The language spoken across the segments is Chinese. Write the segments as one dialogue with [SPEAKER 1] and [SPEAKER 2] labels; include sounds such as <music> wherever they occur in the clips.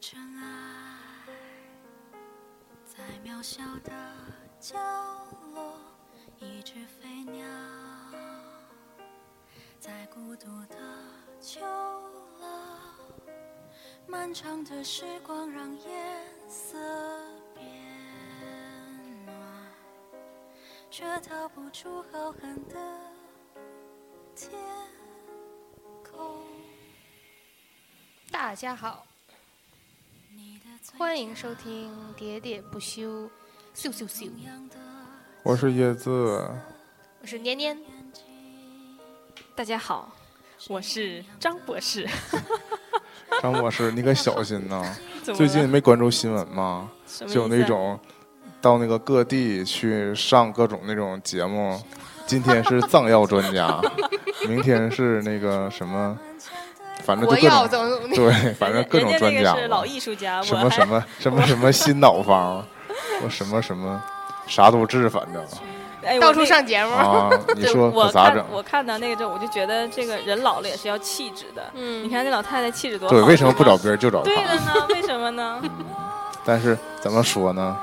[SPEAKER 1] 尘埃，在渺小的角落，一只飞鸟，在孤独的秋老，漫长的时光让颜色变暖，却逃不出浩瀚的天空。
[SPEAKER 2] 大家好，
[SPEAKER 1] 你的嘴
[SPEAKER 2] 欢迎收听《喋喋不休》，咻咻咻，
[SPEAKER 1] 一样的
[SPEAKER 3] 我是叶子，
[SPEAKER 2] 我是年年。
[SPEAKER 1] 眼睛。
[SPEAKER 4] 大家好，我是张博士。
[SPEAKER 3] 张博士，你可小心呐！
[SPEAKER 4] <laughs> 怎么
[SPEAKER 3] 最
[SPEAKER 4] 了
[SPEAKER 3] 近没关注新闻吗？
[SPEAKER 4] 什么
[SPEAKER 3] 就有
[SPEAKER 4] 意
[SPEAKER 3] 那
[SPEAKER 4] 思啊
[SPEAKER 3] 种到那个各地去上各种那种节目，今天是藏药专
[SPEAKER 4] <laughs>
[SPEAKER 3] 家，明天是那个什么，反正就
[SPEAKER 2] 国
[SPEAKER 3] 各
[SPEAKER 2] 药怎
[SPEAKER 3] 种
[SPEAKER 2] 么怎
[SPEAKER 3] <laughs>
[SPEAKER 2] 么
[SPEAKER 3] 对，反正呃各种专
[SPEAKER 4] 人家
[SPEAKER 3] 家
[SPEAKER 4] 那个是
[SPEAKER 3] 嘛
[SPEAKER 4] 老，艺术家，
[SPEAKER 3] 什
[SPEAKER 4] 我
[SPEAKER 3] 么
[SPEAKER 4] 还
[SPEAKER 3] 什么什么什么心脑方，我什么什么啥都治，反
[SPEAKER 4] <laughs>
[SPEAKER 3] 正
[SPEAKER 4] 哎我
[SPEAKER 2] 到处
[SPEAKER 4] 那
[SPEAKER 2] 上节目，
[SPEAKER 3] 啊，你
[SPEAKER 4] 对
[SPEAKER 3] 说
[SPEAKER 4] 我
[SPEAKER 3] 可咋
[SPEAKER 4] 看
[SPEAKER 3] 整？
[SPEAKER 4] 我看到那个之后，我就觉得这个人老了也是要气质的。
[SPEAKER 2] 嗯
[SPEAKER 4] 你看那老太太气质多好。
[SPEAKER 3] 对，为什么不找
[SPEAKER 4] 是吗？
[SPEAKER 3] 别人就找
[SPEAKER 4] 对的
[SPEAKER 3] 他？
[SPEAKER 4] 呢，为什么呢？
[SPEAKER 3] 但是怎么说呢？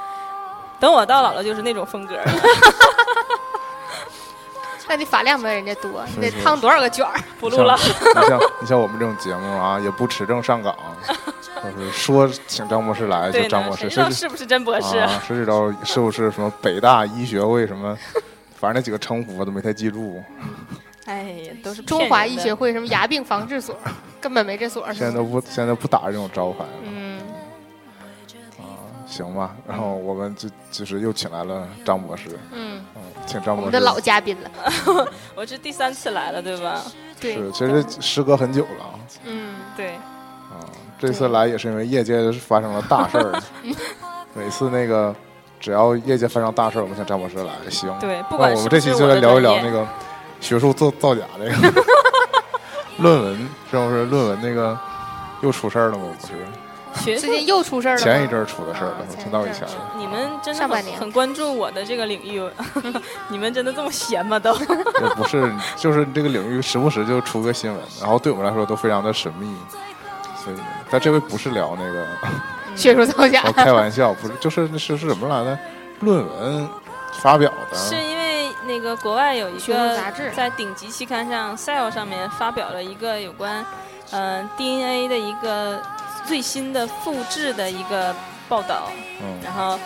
[SPEAKER 4] 等我到老了就是那种风格了。
[SPEAKER 2] 那你发量没有人家多，你得
[SPEAKER 3] 是是
[SPEAKER 2] 烫多少个卷儿？
[SPEAKER 4] 不录了，
[SPEAKER 3] 你像你像我们这种节目啊，也不持证
[SPEAKER 4] <laughs>
[SPEAKER 3] 上岗，就是说请张博士来就
[SPEAKER 4] 对
[SPEAKER 3] 张
[SPEAKER 4] 呢
[SPEAKER 3] 博，士，
[SPEAKER 4] 谁知
[SPEAKER 3] 谁
[SPEAKER 4] 道
[SPEAKER 3] 知
[SPEAKER 4] 是不是真博士？
[SPEAKER 3] 啊，谁知道是不是什么北大医学会什么，反正那几个称呼我都没太记住，
[SPEAKER 4] 哎呀，都是
[SPEAKER 2] 中华医学
[SPEAKER 4] 会。
[SPEAKER 2] 会什么牙病防治所，根本没这所。
[SPEAKER 3] 现在都不现在都不打这种招牌了
[SPEAKER 2] 嗯，
[SPEAKER 3] 啊，行吧。然后我们就就是又请来了张博士，
[SPEAKER 2] 嗯，
[SPEAKER 3] 嗯，请张
[SPEAKER 2] 我们
[SPEAKER 3] 博士。
[SPEAKER 2] 的老嘉宾了。
[SPEAKER 4] 我是第三次来了，对吧？
[SPEAKER 2] 对，
[SPEAKER 3] 是，其实时隔很久了
[SPEAKER 2] 嗯，
[SPEAKER 4] 对，
[SPEAKER 3] 啊，这次来也是因为业界发生了大事
[SPEAKER 4] <laughs>
[SPEAKER 3] 儿，每次那个只要业界发生大事儿，我们请张博士来，行。
[SPEAKER 4] 对，不
[SPEAKER 3] 那
[SPEAKER 4] 管
[SPEAKER 3] 哦我
[SPEAKER 4] 是
[SPEAKER 3] 们
[SPEAKER 4] 不
[SPEAKER 3] 这
[SPEAKER 4] 是
[SPEAKER 3] 期
[SPEAKER 4] 我
[SPEAKER 3] 就
[SPEAKER 4] 的
[SPEAKER 3] 来聊一
[SPEAKER 4] 专
[SPEAKER 3] 聊
[SPEAKER 4] 业
[SPEAKER 3] 那个学术造造假这个论文，是不是论文那个又出事儿了吗？不是，
[SPEAKER 4] 学术
[SPEAKER 2] 最近又出事儿了吗。
[SPEAKER 3] 前一阵儿出的事儿了
[SPEAKER 2] 啊，
[SPEAKER 3] 我
[SPEAKER 2] 前
[SPEAKER 3] 听
[SPEAKER 2] 一
[SPEAKER 3] 到以
[SPEAKER 2] 阵儿
[SPEAKER 3] 前了。
[SPEAKER 4] 你们真的
[SPEAKER 2] 上半
[SPEAKER 4] 很
[SPEAKER 2] 年
[SPEAKER 4] 很关注我的这个领域， <laughs> 你们真的这么闲吗？都
[SPEAKER 3] 也不是，就是这个领域时不时就出个新闻，然后对我们来说都非常的神秘。所以，但这回不是聊那个，
[SPEAKER 2] 学术造假
[SPEAKER 3] 我，开玩笑，不是，就是是是什么来着？论文发表
[SPEAKER 4] 是
[SPEAKER 3] 的，
[SPEAKER 4] 因为那个国外有一
[SPEAKER 2] 学术
[SPEAKER 4] 个
[SPEAKER 2] 杂志
[SPEAKER 4] 在顶级期刊上《Cell》上面发表了一个有关嗯、呃 DNA 的一个最新的复制的一个报道，
[SPEAKER 3] 嗯，
[SPEAKER 4] 然后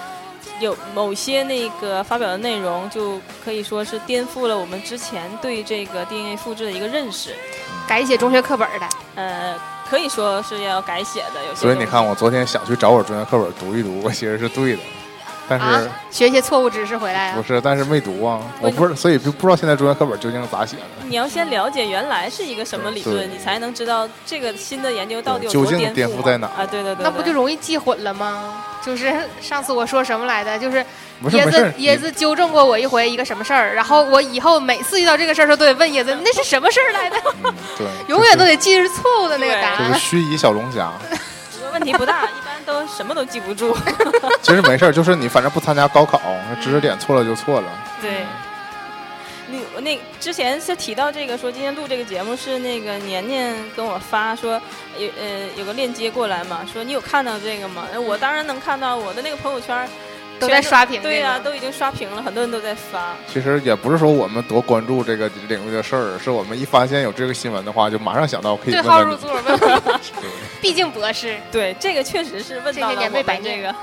[SPEAKER 4] 有某些那个发表的内容就可以说是颠覆了我们之前对这个 DNA 复制的一个认识，
[SPEAKER 2] 改写中学课本儿的。
[SPEAKER 4] 呃，可以说是要改写的。有些
[SPEAKER 3] 所以你
[SPEAKER 4] 东西
[SPEAKER 3] 看，我昨天想去找我中学课本读一读，我其实是对的，但是。
[SPEAKER 2] 啊，学一些错误知识回来
[SPEAKER 3] 不
[SPEAKER 2] 啊。
[SPEAKER 3] 是，但是没读啊，我不是，所以就不知道现在中学课本究竟是咋写的，
[SPEAKER 4] 你要先了解原来是一个什么理
[SPEAKER 3] 对
[SPEAKER 4] 论，你才能知道这个新的研究到底有
[SPEAKER 3] 对究
[SPEAKER 4] 多
[SPEAKER 3] 竟
[SPEAKER 4] 颠
[SPEAKER 3] 颠覆在哪
[SPEAKER 4] 啊？对对对，
[SPEAKER 2] 那不就
[SPEAKER 4] 对
[SPEAKER 2] 容易记混了吗？就是上次我说什么来的，就是
[SPEAKER 3] 不是
[SPEAKER 2] 椰
[SPEAKER 3] 没
[SPEAKER 2] 子
[SPEAKER 3] 事，
[SPEAKER 2] 椰子纠正过我一回一个什么事儿，然后我以后每次遇到这个事儿的时候都得问椰子那是什么事儿来的，
[SPEAKER 3] 你嗯，对，
[SPEAKER 2] 永远都得记是错误的那个答
[SPEAKER 3] 就是就是
[SPEAKER 2] 案。
[SPEAKER 3] 虚拟小龙虾，
[SPEAKER 4] 问题不大，一 <laughs> 般都什么都记
[SPEAKER 2] <laughs>
[SPEAKER 4] 不住。
[SPEAKER 3] 其实没事儿，就是你反正不参加高考，那知识点错了就错了，
[SPEAKER 4] 对，嗯你我那之前是提到这个，说今天录这个节目是那个年年跟我发说有呃有个链接过来嘛，说你有看到这个吗？哎我当然能看到，我的那个朋友圈
[SPEAKER 2] 都在刷屏这个
[SPEAKER 4] 对呀、都已经刷屏了，很多人都在发。
[SPEAKER 3] 其实也不是说我们多关注这个领域的事儿，是我们一发现有这个新闻的话，就马上想到可以
[SPEAKER 2] 对
[SPEAKER 3] 问
[SPEAKER 2] 号
[SPEAKER 3] 问
[SPEAKER 2] 入
[SPEAKER 3] 你，
[SPEAKER 2] 座，问问我
[SPEAKER 3] 对
[SPEAKER 2] 毕竟博士，
[SPEAKER 4] 对，这个确实是问
[SPEAKER 2] 这
[SPEAKER 4] 到
[SPEAKER 2] 是
[SPEAKER 4] 了
[SPEAKER 2] 年
[SPEAKER 4] 我
[SPEAKER 2] 未百
[SPEAKER 4] 们这
[SPEAKER 2] 念
[SPEAKER 4] 个。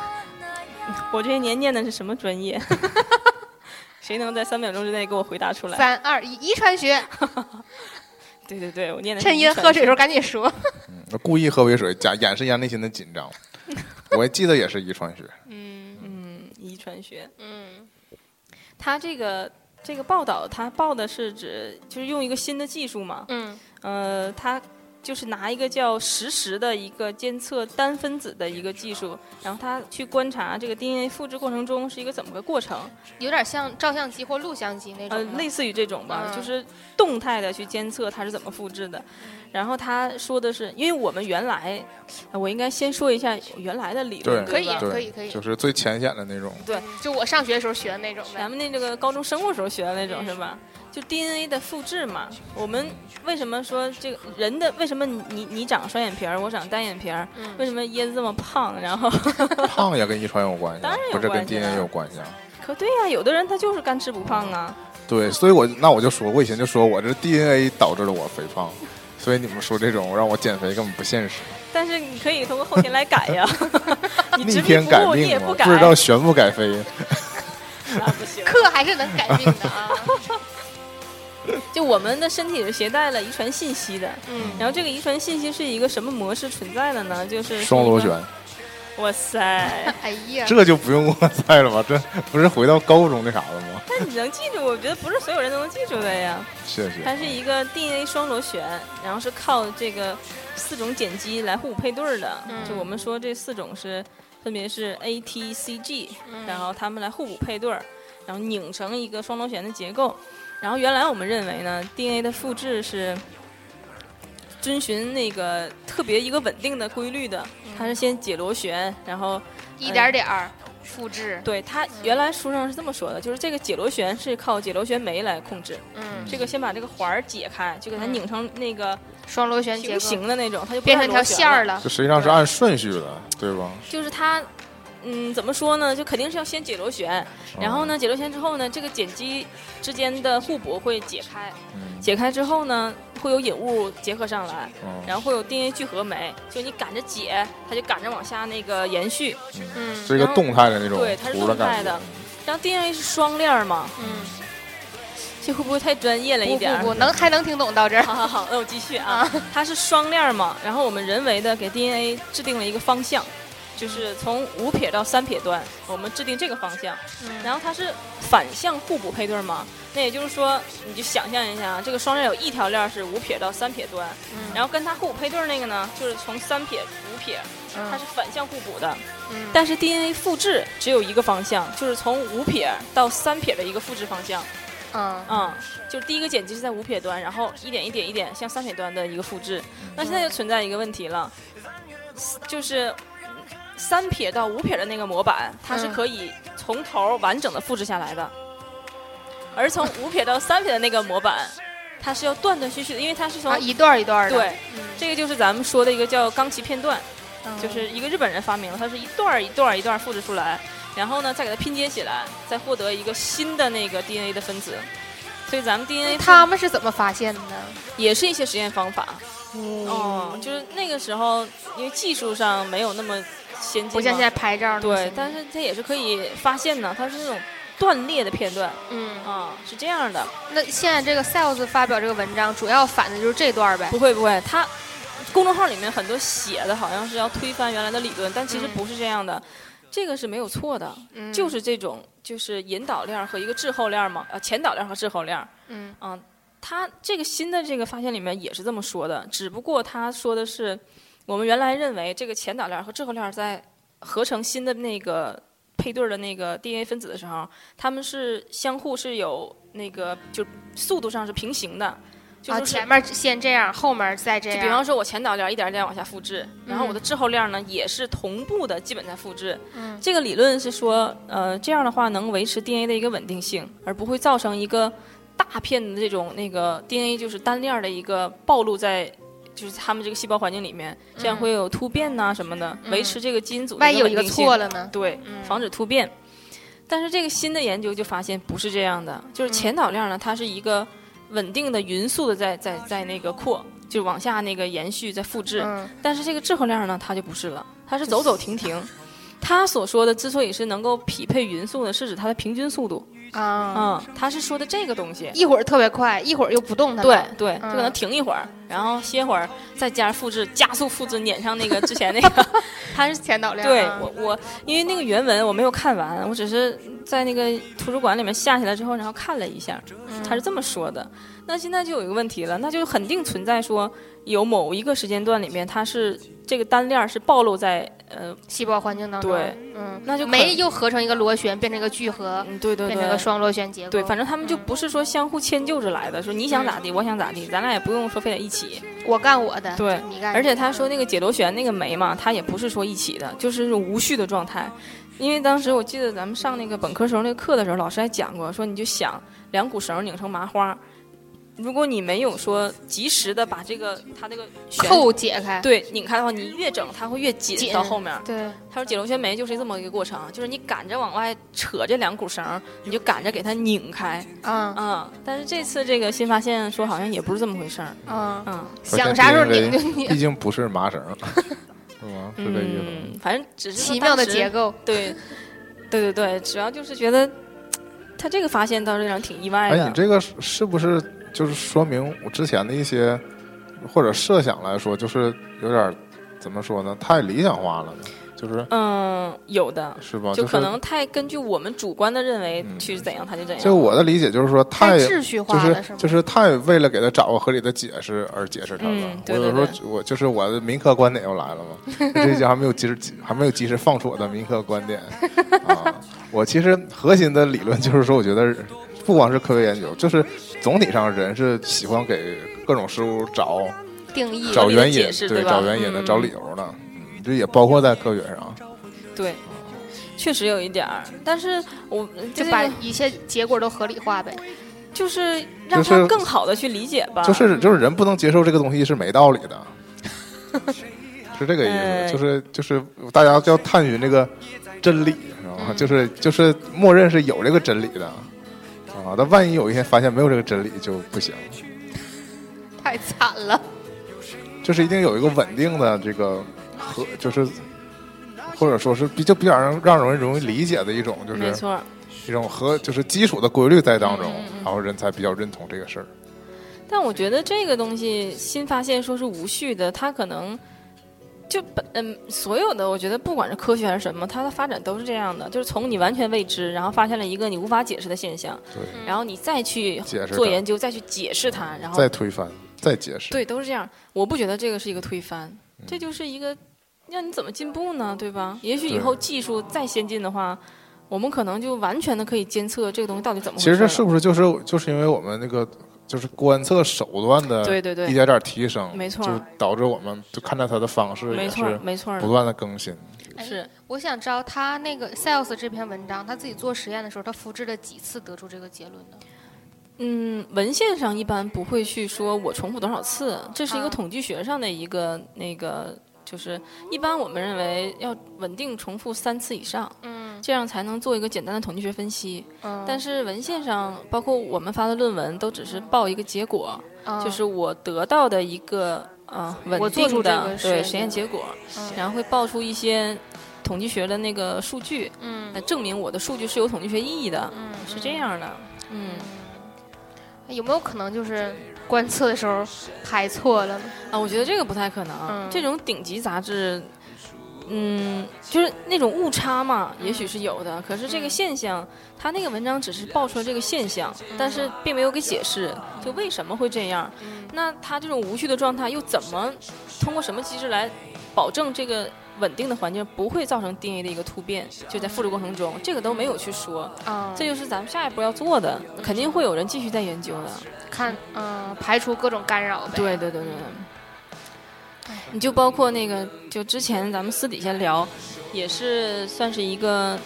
[SPEAKER 4] <laughs> 我这些年念的是什么专业？ <laughs> 谁能在三秒钟之内给我回答出来？
[SPEAKER 2] 三二一，遗传学。
[SPEAKER 4] 对对对，我念的是
[SPEAKER 2] 趁
[SPEAKER 4] 遗
[SPEAKER 2] 烟
[SPEAKER 4] 传
[SPEAKER 2] 喝水的
[SPEAKER 4] 学
[SPEAKER 2] 时候赶紧说。
[SPEAKER 3] 我故意喝杯水，假掩饰一下内心的紧张。我记得也是遗传学，
[SPEAKER 2] 嗯
[SPEAKER 4] 嗯，遗传学，
[SPEAKER 2] 嗯，
[SPEAKER 4] 它这个这个报道，它报的是指就是用一个新的技术嘛，
[SPEAKER 2] 嗯，
[SPEAKER 4] 呃，它就是拿一个叫实时的一个监测单分子的一个技术，然后它去观察这个 DNA 复制过程中是一个怎么个过程，
[SPEAKER 2] 有点像照相机或录像机那
[SPEAKER 4] 呃
[SPEAKER 2] 种，吗。
[SPEAKER 4] 类似于这种吧，
[SPEAKER 2] 嗯
[SPEAKER 4] 就是动态的去监测它是怎么复制的。
[SPEAKER 2] 嗯
[SPEAKER 4] 然后他说的是，因为我们原来，呃我应该先说一下原来的理论，
[SPEAKER 3] 对
[SPEAKER 2] 可以啊
[SPEAKER 4] 吧？
[SPEAKER 3] 对，
[SPEAKER 2] 可以可以
[SPEAKER 3] 就是最浅显的那种，
[SPEAKER 2] 就我上学的时候学的那种
[SPEAKER 4] 咱
[SPEAKER 2] 的。
[SPEAKER 4] 们那这个高中生物时候学的那种是吧？就 DNA 的复制嘛。我们为什么说这个人的为什么你你长双眼皮儿，我长单眼皮儿？
[SPEAKER 2] 嗯
[SPEAKER 4] 为什么椰子这么胖？然后 <laughs>
[SPEAKER 3] 胖也跟遗传有关系啊
[SPEAKER 4] 当然，有
[SPEAKER 3] 不是跟
[SPEAKER 4] 关系
[SPEAKER 3] DNA
[SPEAKER 4] 了
[SPEAKER 3] 有关系啊。
[SPEAKER 4] 可对呀、有的人他就是干吃不胖啊。
[SPEAKER 3] 对，所以我那我就说，我以前就说我这 DNA 导致了我肥胖，所以你们说这种让我减肥根本不现实，
[SPEAKER 4] 但是你可以通过后天来改呀，你执
[SPEAKER 3] 逆
[SPEAKER 4] 迷
[SPEAKER 3] 天改
[SPEAKER 4] 不悟你也
[SPEAKER 3] 命
[SPEAKER 4] 不
[SPEAKER 3] 嘛，
[SPEAKER 4] 改，
[SPEAKER 3] 不知道旋不改飞。
[SPEAKER 4] 那不行。
[SPEAKER 2] 克还是能改命的啊。
[SPEAKER 4] 就我们的身体是携带了遗传信息的，
[SPEAKER 2] 嗯，
[SPEAKER 4] 然后这个遗传信息是以一个什么模式存在的呢？就是
[SPEAKER 3] 双螺
[SPEAKER 4] 是一个。
[SPEAKER 3] 旋，
[SPEAKER 4] 哇塞！ <laughs>
[SPEAKER 2] 哎呀，
[SPEAKER 3] 这就不用我 <laughs> 猜了吧？这不是回到高中那啥了吗？
[SPEAKER 4] 但你能记住，我觉得不是所有人都能记住的呀。
[SPEAKER 3] 谢谢。
[SPEAKER 4] 它是一个 DNA 双螺旋，然后是靠这个四种碱基来互补配对儿的。
[SPEAKER 2] 嗯
[SPEAKER 4] 就我们说这四种是分别是 A、T、C、G，然
[SPEAKER 2] 嗯
[SPEAKER 4] 后它们来互补配对儿，然后拧成一个双螺旋的结构。然后原来我们认为呢，DNA 的复制是遵循那个特别一个稳定的规律的，它是先解螺旋，然后
[SPEAKER 2] 一点点儿复制，
[SPEAKER 4] 对它原来书上是这么说的，就是这个解螺旋是靠解螺旋酶来控制。
[SPEAKER 2] 嗯，
[SPEAKER 4] 这个先把这个环儿解开，就给它拧成那个
[SPEAKER 2] 双螺旋结
[SPEAKER 4] 平
[SPEAKER 2] 构
[SPEAKER 4] 行的那种，它就不
[SPEAKER 2] 变
[SPEAKER 4] 再
[SPEAKER 2] 成条
[SPEAKER 4] 螺旋
[SPEAKER 2] 线儿
[SPEAKER 4] 了。
[SPEAKER 2] 了
[SPEAKER 3] 这。实际上是按顺序的，对吧？
[SPEAKER 4] 就是它，嗯，怎么说呢？就肯定是要先解螺旋，然后呢，解螺旋之后呢，这个碱基之间的互补会解开，
[SPEAKER 3] 嗯，
[SPEAKER 4] 解开之后呢，会有引物结合上来，
[SPEAKER 3] 嗯
[SPEAKER 4] 然后会有 DNA 聚合酶，就你赶着解，它就赶着往下那个延续。
[SPEAKER 2] 嗯
[SPEAKER 3] 是一个动态的那种
[SPEAKER 4] 对它是
[SPEAKER 3] 图的感
[SPEAKER 4] 动态的
[SPEAKER 3] 觉。
[SPEAKER 4] 然后 DNA 是双链儿嘛，
[SPEAKER 2] 嗯，
[SPEAKER 4] 这会不会太专业了一
[SPEAKER 2] 不
[SPEAKER 4] 点儿？
[SPEAKER 2] 不不，能还能听懂到这儿。
[SPEAKER 4] <laughs> 好好好，那我继续啊。它是双链儿嘛，然后我们人为的给 DNA 制定了一个方向，就是从五撇到三撇端，我们制定这个方向。然后它是反向互补配对嘛，那也就是说，你就想象一下，啊，这个双链有一条链儿是五撇到三撇端，
[SPEAKER 2] 嗯
[SPEAKER 4] 然后跟它互补配对儿那个呢，就是从三撇五撇，它是反向互补的。
[SPEAKER 2] 嗯
[SPEAKER 4] 但是 DNA 复制只有一个方向，就是从五撇到三撇的一个复制方向。
[SPEAKER 2] 嗯
[SPEAKER 4] 嗯，就是第一个碱基是在五撇端，然后一点一点一点向三撇端的一个复制。
[SPEAKER 2] 嗯
[SPEAKER 4] 那现在就存在一个问题了，就是三撇到五撇的那个模板，它是
[SPEAKER 2] 嗯
[SPEAKER 4] 可以从头完整的复制下来的，而从五撇到三撇的那个模板，它是要断断续续的，因为它是从、
[SPEAKER 2] 啊，一段儿一段儿的。
[SPEAKER 4] 对。这个就是咱们说的一个叫钢琴片段，
[SPEAKER 2] 嗯，
[SPEAKER 4] 就是一个日本人发明的，它是一段儿一段儿一段儿复制出来，然后呢再给它拼接起来，再获得一个新的那个 DNA 的分子。所以咱们 DNA
[SPEAKER 2] 他们是怎么发现的？
[SPEAKER 4] 也是一些实验方法，
[SPEAKER 2] 嗯
[SPEAKER 4] 哦，就是那个时候因为技术上没有那么先进嘛，
[SPEAKER 2] 不像现在拍照那么
[SPEAKER 4] 对
[SPEAKER 2] 先，
[SPEAKER 4] 但是它也是可以发现呢，它是那种断裂的片段
[SPEAKER 2] 嗯，
[SPEAKER 4] 啊，是这样的，
[SPEAKER 2] 那现在这个 Sales 发表这个文章，主要反的就是这段儿呗。
[SPEAKER 4] 不会不会，它公众号里面很多写的好像是要推翻原来的理论，但其实
[SPEAKER 2] 嗯
[SPEAKER 4] 不是这样的，这个是没有错的，
[SPEAKER 2] 嗯
[SPEAKER 4] 就是这种就是引导链儿和一个滞后链儿嘛，呃，前导链儿和滞后链儿，
[SPEAKER 2] 嗯
[SPEAKER 4] 啊，他这个新的这个发现里面也是这么说的，只不过他说的是，我们原来认为这个前导链儿和滞后链儿在合成新的那个配对儿的那个 DNA 分子的时候，它们是相互是有那个就速度上是平行的，就
[SPEAKER 2] 啊，
[SPEAKER 4] 就是、
[SPEAKER 2] 前面先这样，后面再这
[SPEAKER 4] 就
[SPEAKER 2] 样。
[SPEAKER 4] 比方说，我前导链一点一点往下复制，然后
[SPEAKER 2] 啊嗯
[SPEAKER 4] 我的滞后链呢也是同步的，基本在复制。
[SPEAKER 2] 嗯
[SPEAKER 4] 这个理论是说，呃，这样的话能维持 DNA 的一个稳定性，而不会造成一个大片的这种那个 DNA 就是单链儿的一个暴露在。就是他们这个细胞环境里面，这样会有突变呐、什么的，维持这个基因组
[SPEAKER 2] 嗯
[SPEAKER 4] 的
[SPEAKER 2] 万一有一个
[SPEAKER 4] 稳定性
[SPEAKER 2] 错了呢？
[SPEAKER 4] 对，
[SPEAKER 2] 嗯
[SPEAKER 4] 防止突变。但是这个新的研究就发现不是这样的，就是
[SPEAKER 2] 嗯
[SPEAKER 4] 前导链呢，它是一个稳定的匀速的在在在那个扩，就是往下那个延续在复制。
[SPEAKER 2] 嗯
[SPEAKER 4] 但是这个滞后链呢，它就不是了，它是走走停停。
[SPEAKER 2] <laughs>
[SPEAKER 4] 它所说的之所以是能够匹配匀速呢，是指它的平均速度。
[SPEAKER 2] 啊，
[SPEAKER 4] 嗯，它是说的这个东西。
[SPEAKER 2] 一会儿特别快，一会儿又不动它。
[SPEAKER 4] 对，对，
[SPEAKER 2] 嗯
[SPEAKER 4] 就可能停一会儿，然后歇会儿，再加上复制，加速复制，撵上那个之前那个，它是
[SPEAKER 2] 前导量。啊
[SPEAKER 4] 对我我，因为那个原文我没有看完，我只是在那个图书馆里面下下来之后，然后看了一下，
[SPEAKER 2] 嗯
[SPEAKER 4] 他是这么说的。那现在就有一个问题了，那就肯定存在说有某一个时间段里面，它是这个单链儿是暴露在呃，
[SPEAKER 2] 细胞环境当中。
[SPEAKER 4] 对，
[SPEAKER 2] 嗯，
[SPEAKER 4] 那就可
[SPEAKER 2] 酶又合成一个螺旋，变成一个聚合，
[SPEAKER 4] 嗯对对
[SPEAKER 2] 变成一个
[SPEAKER 4] 对。
[SPEAKER 2] 双螺嗯旋结构。嗯
[SPEAKER 4] 对，反正他们就不是说相互迁就着来的，说你想咋地，我想咋地，咱俩也不用说非得一起。
[SPEAKER 2] 我干我的，
[SPEAKER 4] 对
[SPEAKER 2] 就你干你的，
[SPEAKER 4] 而且他说那个解螺旋那个酶嘛，它也不是说一起的，就是那种无序的状态。因为当时我记得咱们上那个本科时候那个课的时候，老师还讲过，说你就想两股绳拧成麻花，如果你没有说及时的把这个它这个旋
[SPEAKER 2] 扣解开，
[SPEAKER 4] 对拧开的话，你越整它会越紧
[SPEAKER 2] 紧
[SPEAKER 4] 到后面。
[SPEAKER 2] 对，
[SPEAKER 4] 他说解螺旋酶就是这么一个过程，就是你赶着往外扯这两股绳，你就赶着给它拧开。
[SPEAKER 2] 嗯
[SPEAKER 4] 嗯，但是这次这个新发现说好像也不是这么回事儿。
[SPEAKER 2] 嗯，
[SPEAKER 4] 嗯，
[SPEAKER 2] 想啥时候拧就
[SPEAKER 3] 毕
[SPEAKER 2] 拧，
[SPEAKER 3] 竟不是麻绳儿， <laughs> 是吗？是这意思吗？
[SPEAKER 4] 嗯，反正只是说
[SPEAKER 2] 奇妙的
[SPEAKER 4] 当时
[SPEAKER 2] 结构，
[SPEAKER 4] <laughs> 对，对对对，主要就是觉得他这个发现倒是让人挺意外
[SPEAKER 3] 哎，
[SPEAKER 4] 的。
[SPEAKER 3] 你这个是是不是就是说明我之前的一些或者设想来说，就是有点儿怎么说呢？太理想化了呢，就是
[SPEAKER 4] 嗯，有的，
[SPEAKER 3] 哦是吧？
[SPEAKER 4] 就是可能太根据我们主观的认为
[SPEAKER 3] 嗯
[SPEAKER 4] 去怎样，他就怎样。
[SPEAKER 3] 就我的理解就是说太
[SPEAKER 2] 太。秩序
[SPEAKER 3] 就
[SPEAKER 2] 化了，
[SPEAKER 3] 是
[SPEAKER 2] 是吗？
[SPEAKER 3] 就是太为了给他找个合理的解释而解释他了。
[SPEAKER 4] 嗯对
[SPEAKER 3] 我有
[SPEAKER 4] 对
[SPEAKER 3] 时候我就是我的民科观点又来了嘛，
[SPEAKER 4] <laughs>
[SPEAKER 3] 这一集还没有及时还没有及时放出我的民科观点啊。我其实核心的理论就是说，我觉得不光是科学研究，就是总体上人是喜欢给各种事物找
[SPEAKER 2] 定义
[SPEAKER 3] 找
[SPEAKER 4] 理
[SPEAKER 3] 原因
[SPEAKER 4] 解，释
[SPEAKER 3] 对，
[SPEAKER 4] 对吧
[SPEAKER 3] 找原因的，
[SPEAKER 4] 嗯
[SPEAKER 3] 找理由的，嗯，这也包括在科学上。
[SPEAKER 4] 对，确实有一点儿，但是我
[SPEAKER 2] 就
[SPEAKER 4] 这
[SPEAKER 2] 把
[SPEAKER 4] 个
[SPEAKER 2] 一切结果都合理化呗，
[SPEAKER 4] 就是
[SPEAKER 3] 就
[SPEAKER 4] 让
[SPEAKER 3] 是
[SPEAKER 4] 他更好的去理解吧。
[SPEAKER 3] 就是就是人不能接受这个东西是没道理
[SPEAKER 4] <laughs>
[SPEAKER 3] 的，是这个意
[SPEAKER 4] 哎
[SPEAKER 3] 思，就是就是大家要探寻这个真理，知道
[SPEAKER 4] 嗯
[SPEAKER 3] 吗？就是就是默认是有这个真理的啊，但万一有一天发现没有这个真理就不行，
[SPEAKER 2] 太惨了。
[SPEAKER 3] 就是一定有一个稳定的这个和就是。或者说是比就比较让让人容易理解的一种，就
[SPEAKER 4] 没
[SPEAKER 3] 是
[SPEAKER 4] 错嗯儿。
[SPEAKER 3] 一种和就是基础的规律在当中，然后人才比较认同这个事儿。
[SPEAKER 4] 但我觉得这个东西新发现说是无序的，它可能就本嗯所有的，我觉得不管是科学还是什么，它的发展都是这样的，就是从你完全未知，然后发现了一个你无法解释的现象，
[SPEAKER 3] 对，
[SPEAKER 4] 然后你再去
[SPEAKER 3] 解释
[SPEAKER 4] 做
[SPEAKER 3] 它
[SPEAKER 4] 研究，再去解释它，然后
[SPEAKER 3] 再推翻，再解释。
[SPEAKER 4] 对，都是这样。我不觉得这个是一个推翻，
[SPEAKER 3] 嗯
[SPEAKER 4] 这就是一个让你怎么进步呢，对吧？也许以
[SPEAKER 3] 对
[SPEAKER 4] 后技术再先进的话，我们可能就完全的可以监测这个东西到底怎么回
[SPEAKER 3] 其
[SPEAKER 4] 事
[SPEAKER 3] 实这
[SPEAKER 4] 了
[SPEAKER 3] 是不是就是就是因为我们那个就是观测手段的
[SPEAKER 4] 对对对
[SPEAKER 3] 一点点提升，
[SPEAKER 4] 没错
[SPEAKER 3] 就导致我们就看待它的方式
[SPEAKER 4] 没
[SPEAKER 3] 也
[SPEAKER 4] 错儿
[SPEAKER 3] 是
[SPEAKER 4] 没错儿
[SPEAKER 3] 不断的更新。
[SPEAKER 2] 哎
[SPEAKER 4] 是
[SPEAKER 2] 我想知道他那个 Sales 这篇文章，他自己做实验的时候，他复制了几次得出这个结论呢？
[SPEAKER 4] 嗯，文献上一般不会去说我重复多少次，这是一
[SPEAKER 2] 啊
[SPEAKER 4] 个统计学上的一个、那个，就是一般我们认为要稳定重复三次以上，
[SPEAKER 2] 嗯，
[SPEAKER 4] 这样才能做一个简单的统计学分析。
[SPEAKER 2] 嗯
[SPEAKER 4] 但是文献上，包括我们发的论文，都只是报一个结果，
[SPEAKER 2] 嗯
[SPEAKER 4] 就是我得到的一个呃稳
[SPEAKER 2] 我做
[SPEAKER 4] 定
[SPEAKER 2] 出这
[SPEAKER 4] 的
[SPEAKER 2] 个实
[SPEAKER 4] 对
[SPEAKER 2] 验
[SPEAKER 4] 实验
[SPEAKER 2] 结
[SPEAKER 4] 结果，
[SPEAKER 2] 嗯
[SPEAKER 4] 然后会报出一些统计学的那个数据，
[SPEAKER 2] 嗯
[SPEAKER 4] 来证明我的数据是有统计学意义的，
[SPEAKER 2] 嗯
[SPEAKER 4] 是这样的。嗯，
[SPEAKER 2] 哎有没有可能就是观测的时候排错了呢？
[SPEAKER 4] 啊，我觉得这个不太可能。啊
[SPEAKER 2] 嗯
[SPEAKER 4] 这种顶级杂志，嗯，就是那种误差嘛，也许是有的。可是这个现象，他那个文章只是爆出了这个现象，但是并没有给解释，就为什么会这样。
[SPEAKER 2] 嗯
[SPEAKER 4] 那他这种无序的状态，又怎么通过什么机制来保证这个？稳定的环境不会造成 DNA 的一个突变，就在复制过程中，这个都没有去说，
[SPEAKER 2] 啊、
[SPEAKER 4] 这就是咱们下一步要做的，肯定会有人继续在研究的。
[SPEAKER 2] 看，嗯、排除各种干扰呗。
[SPEAKER 4] 对对对对对。你就包括那个，就之前咱们私底下聊，也是算是一个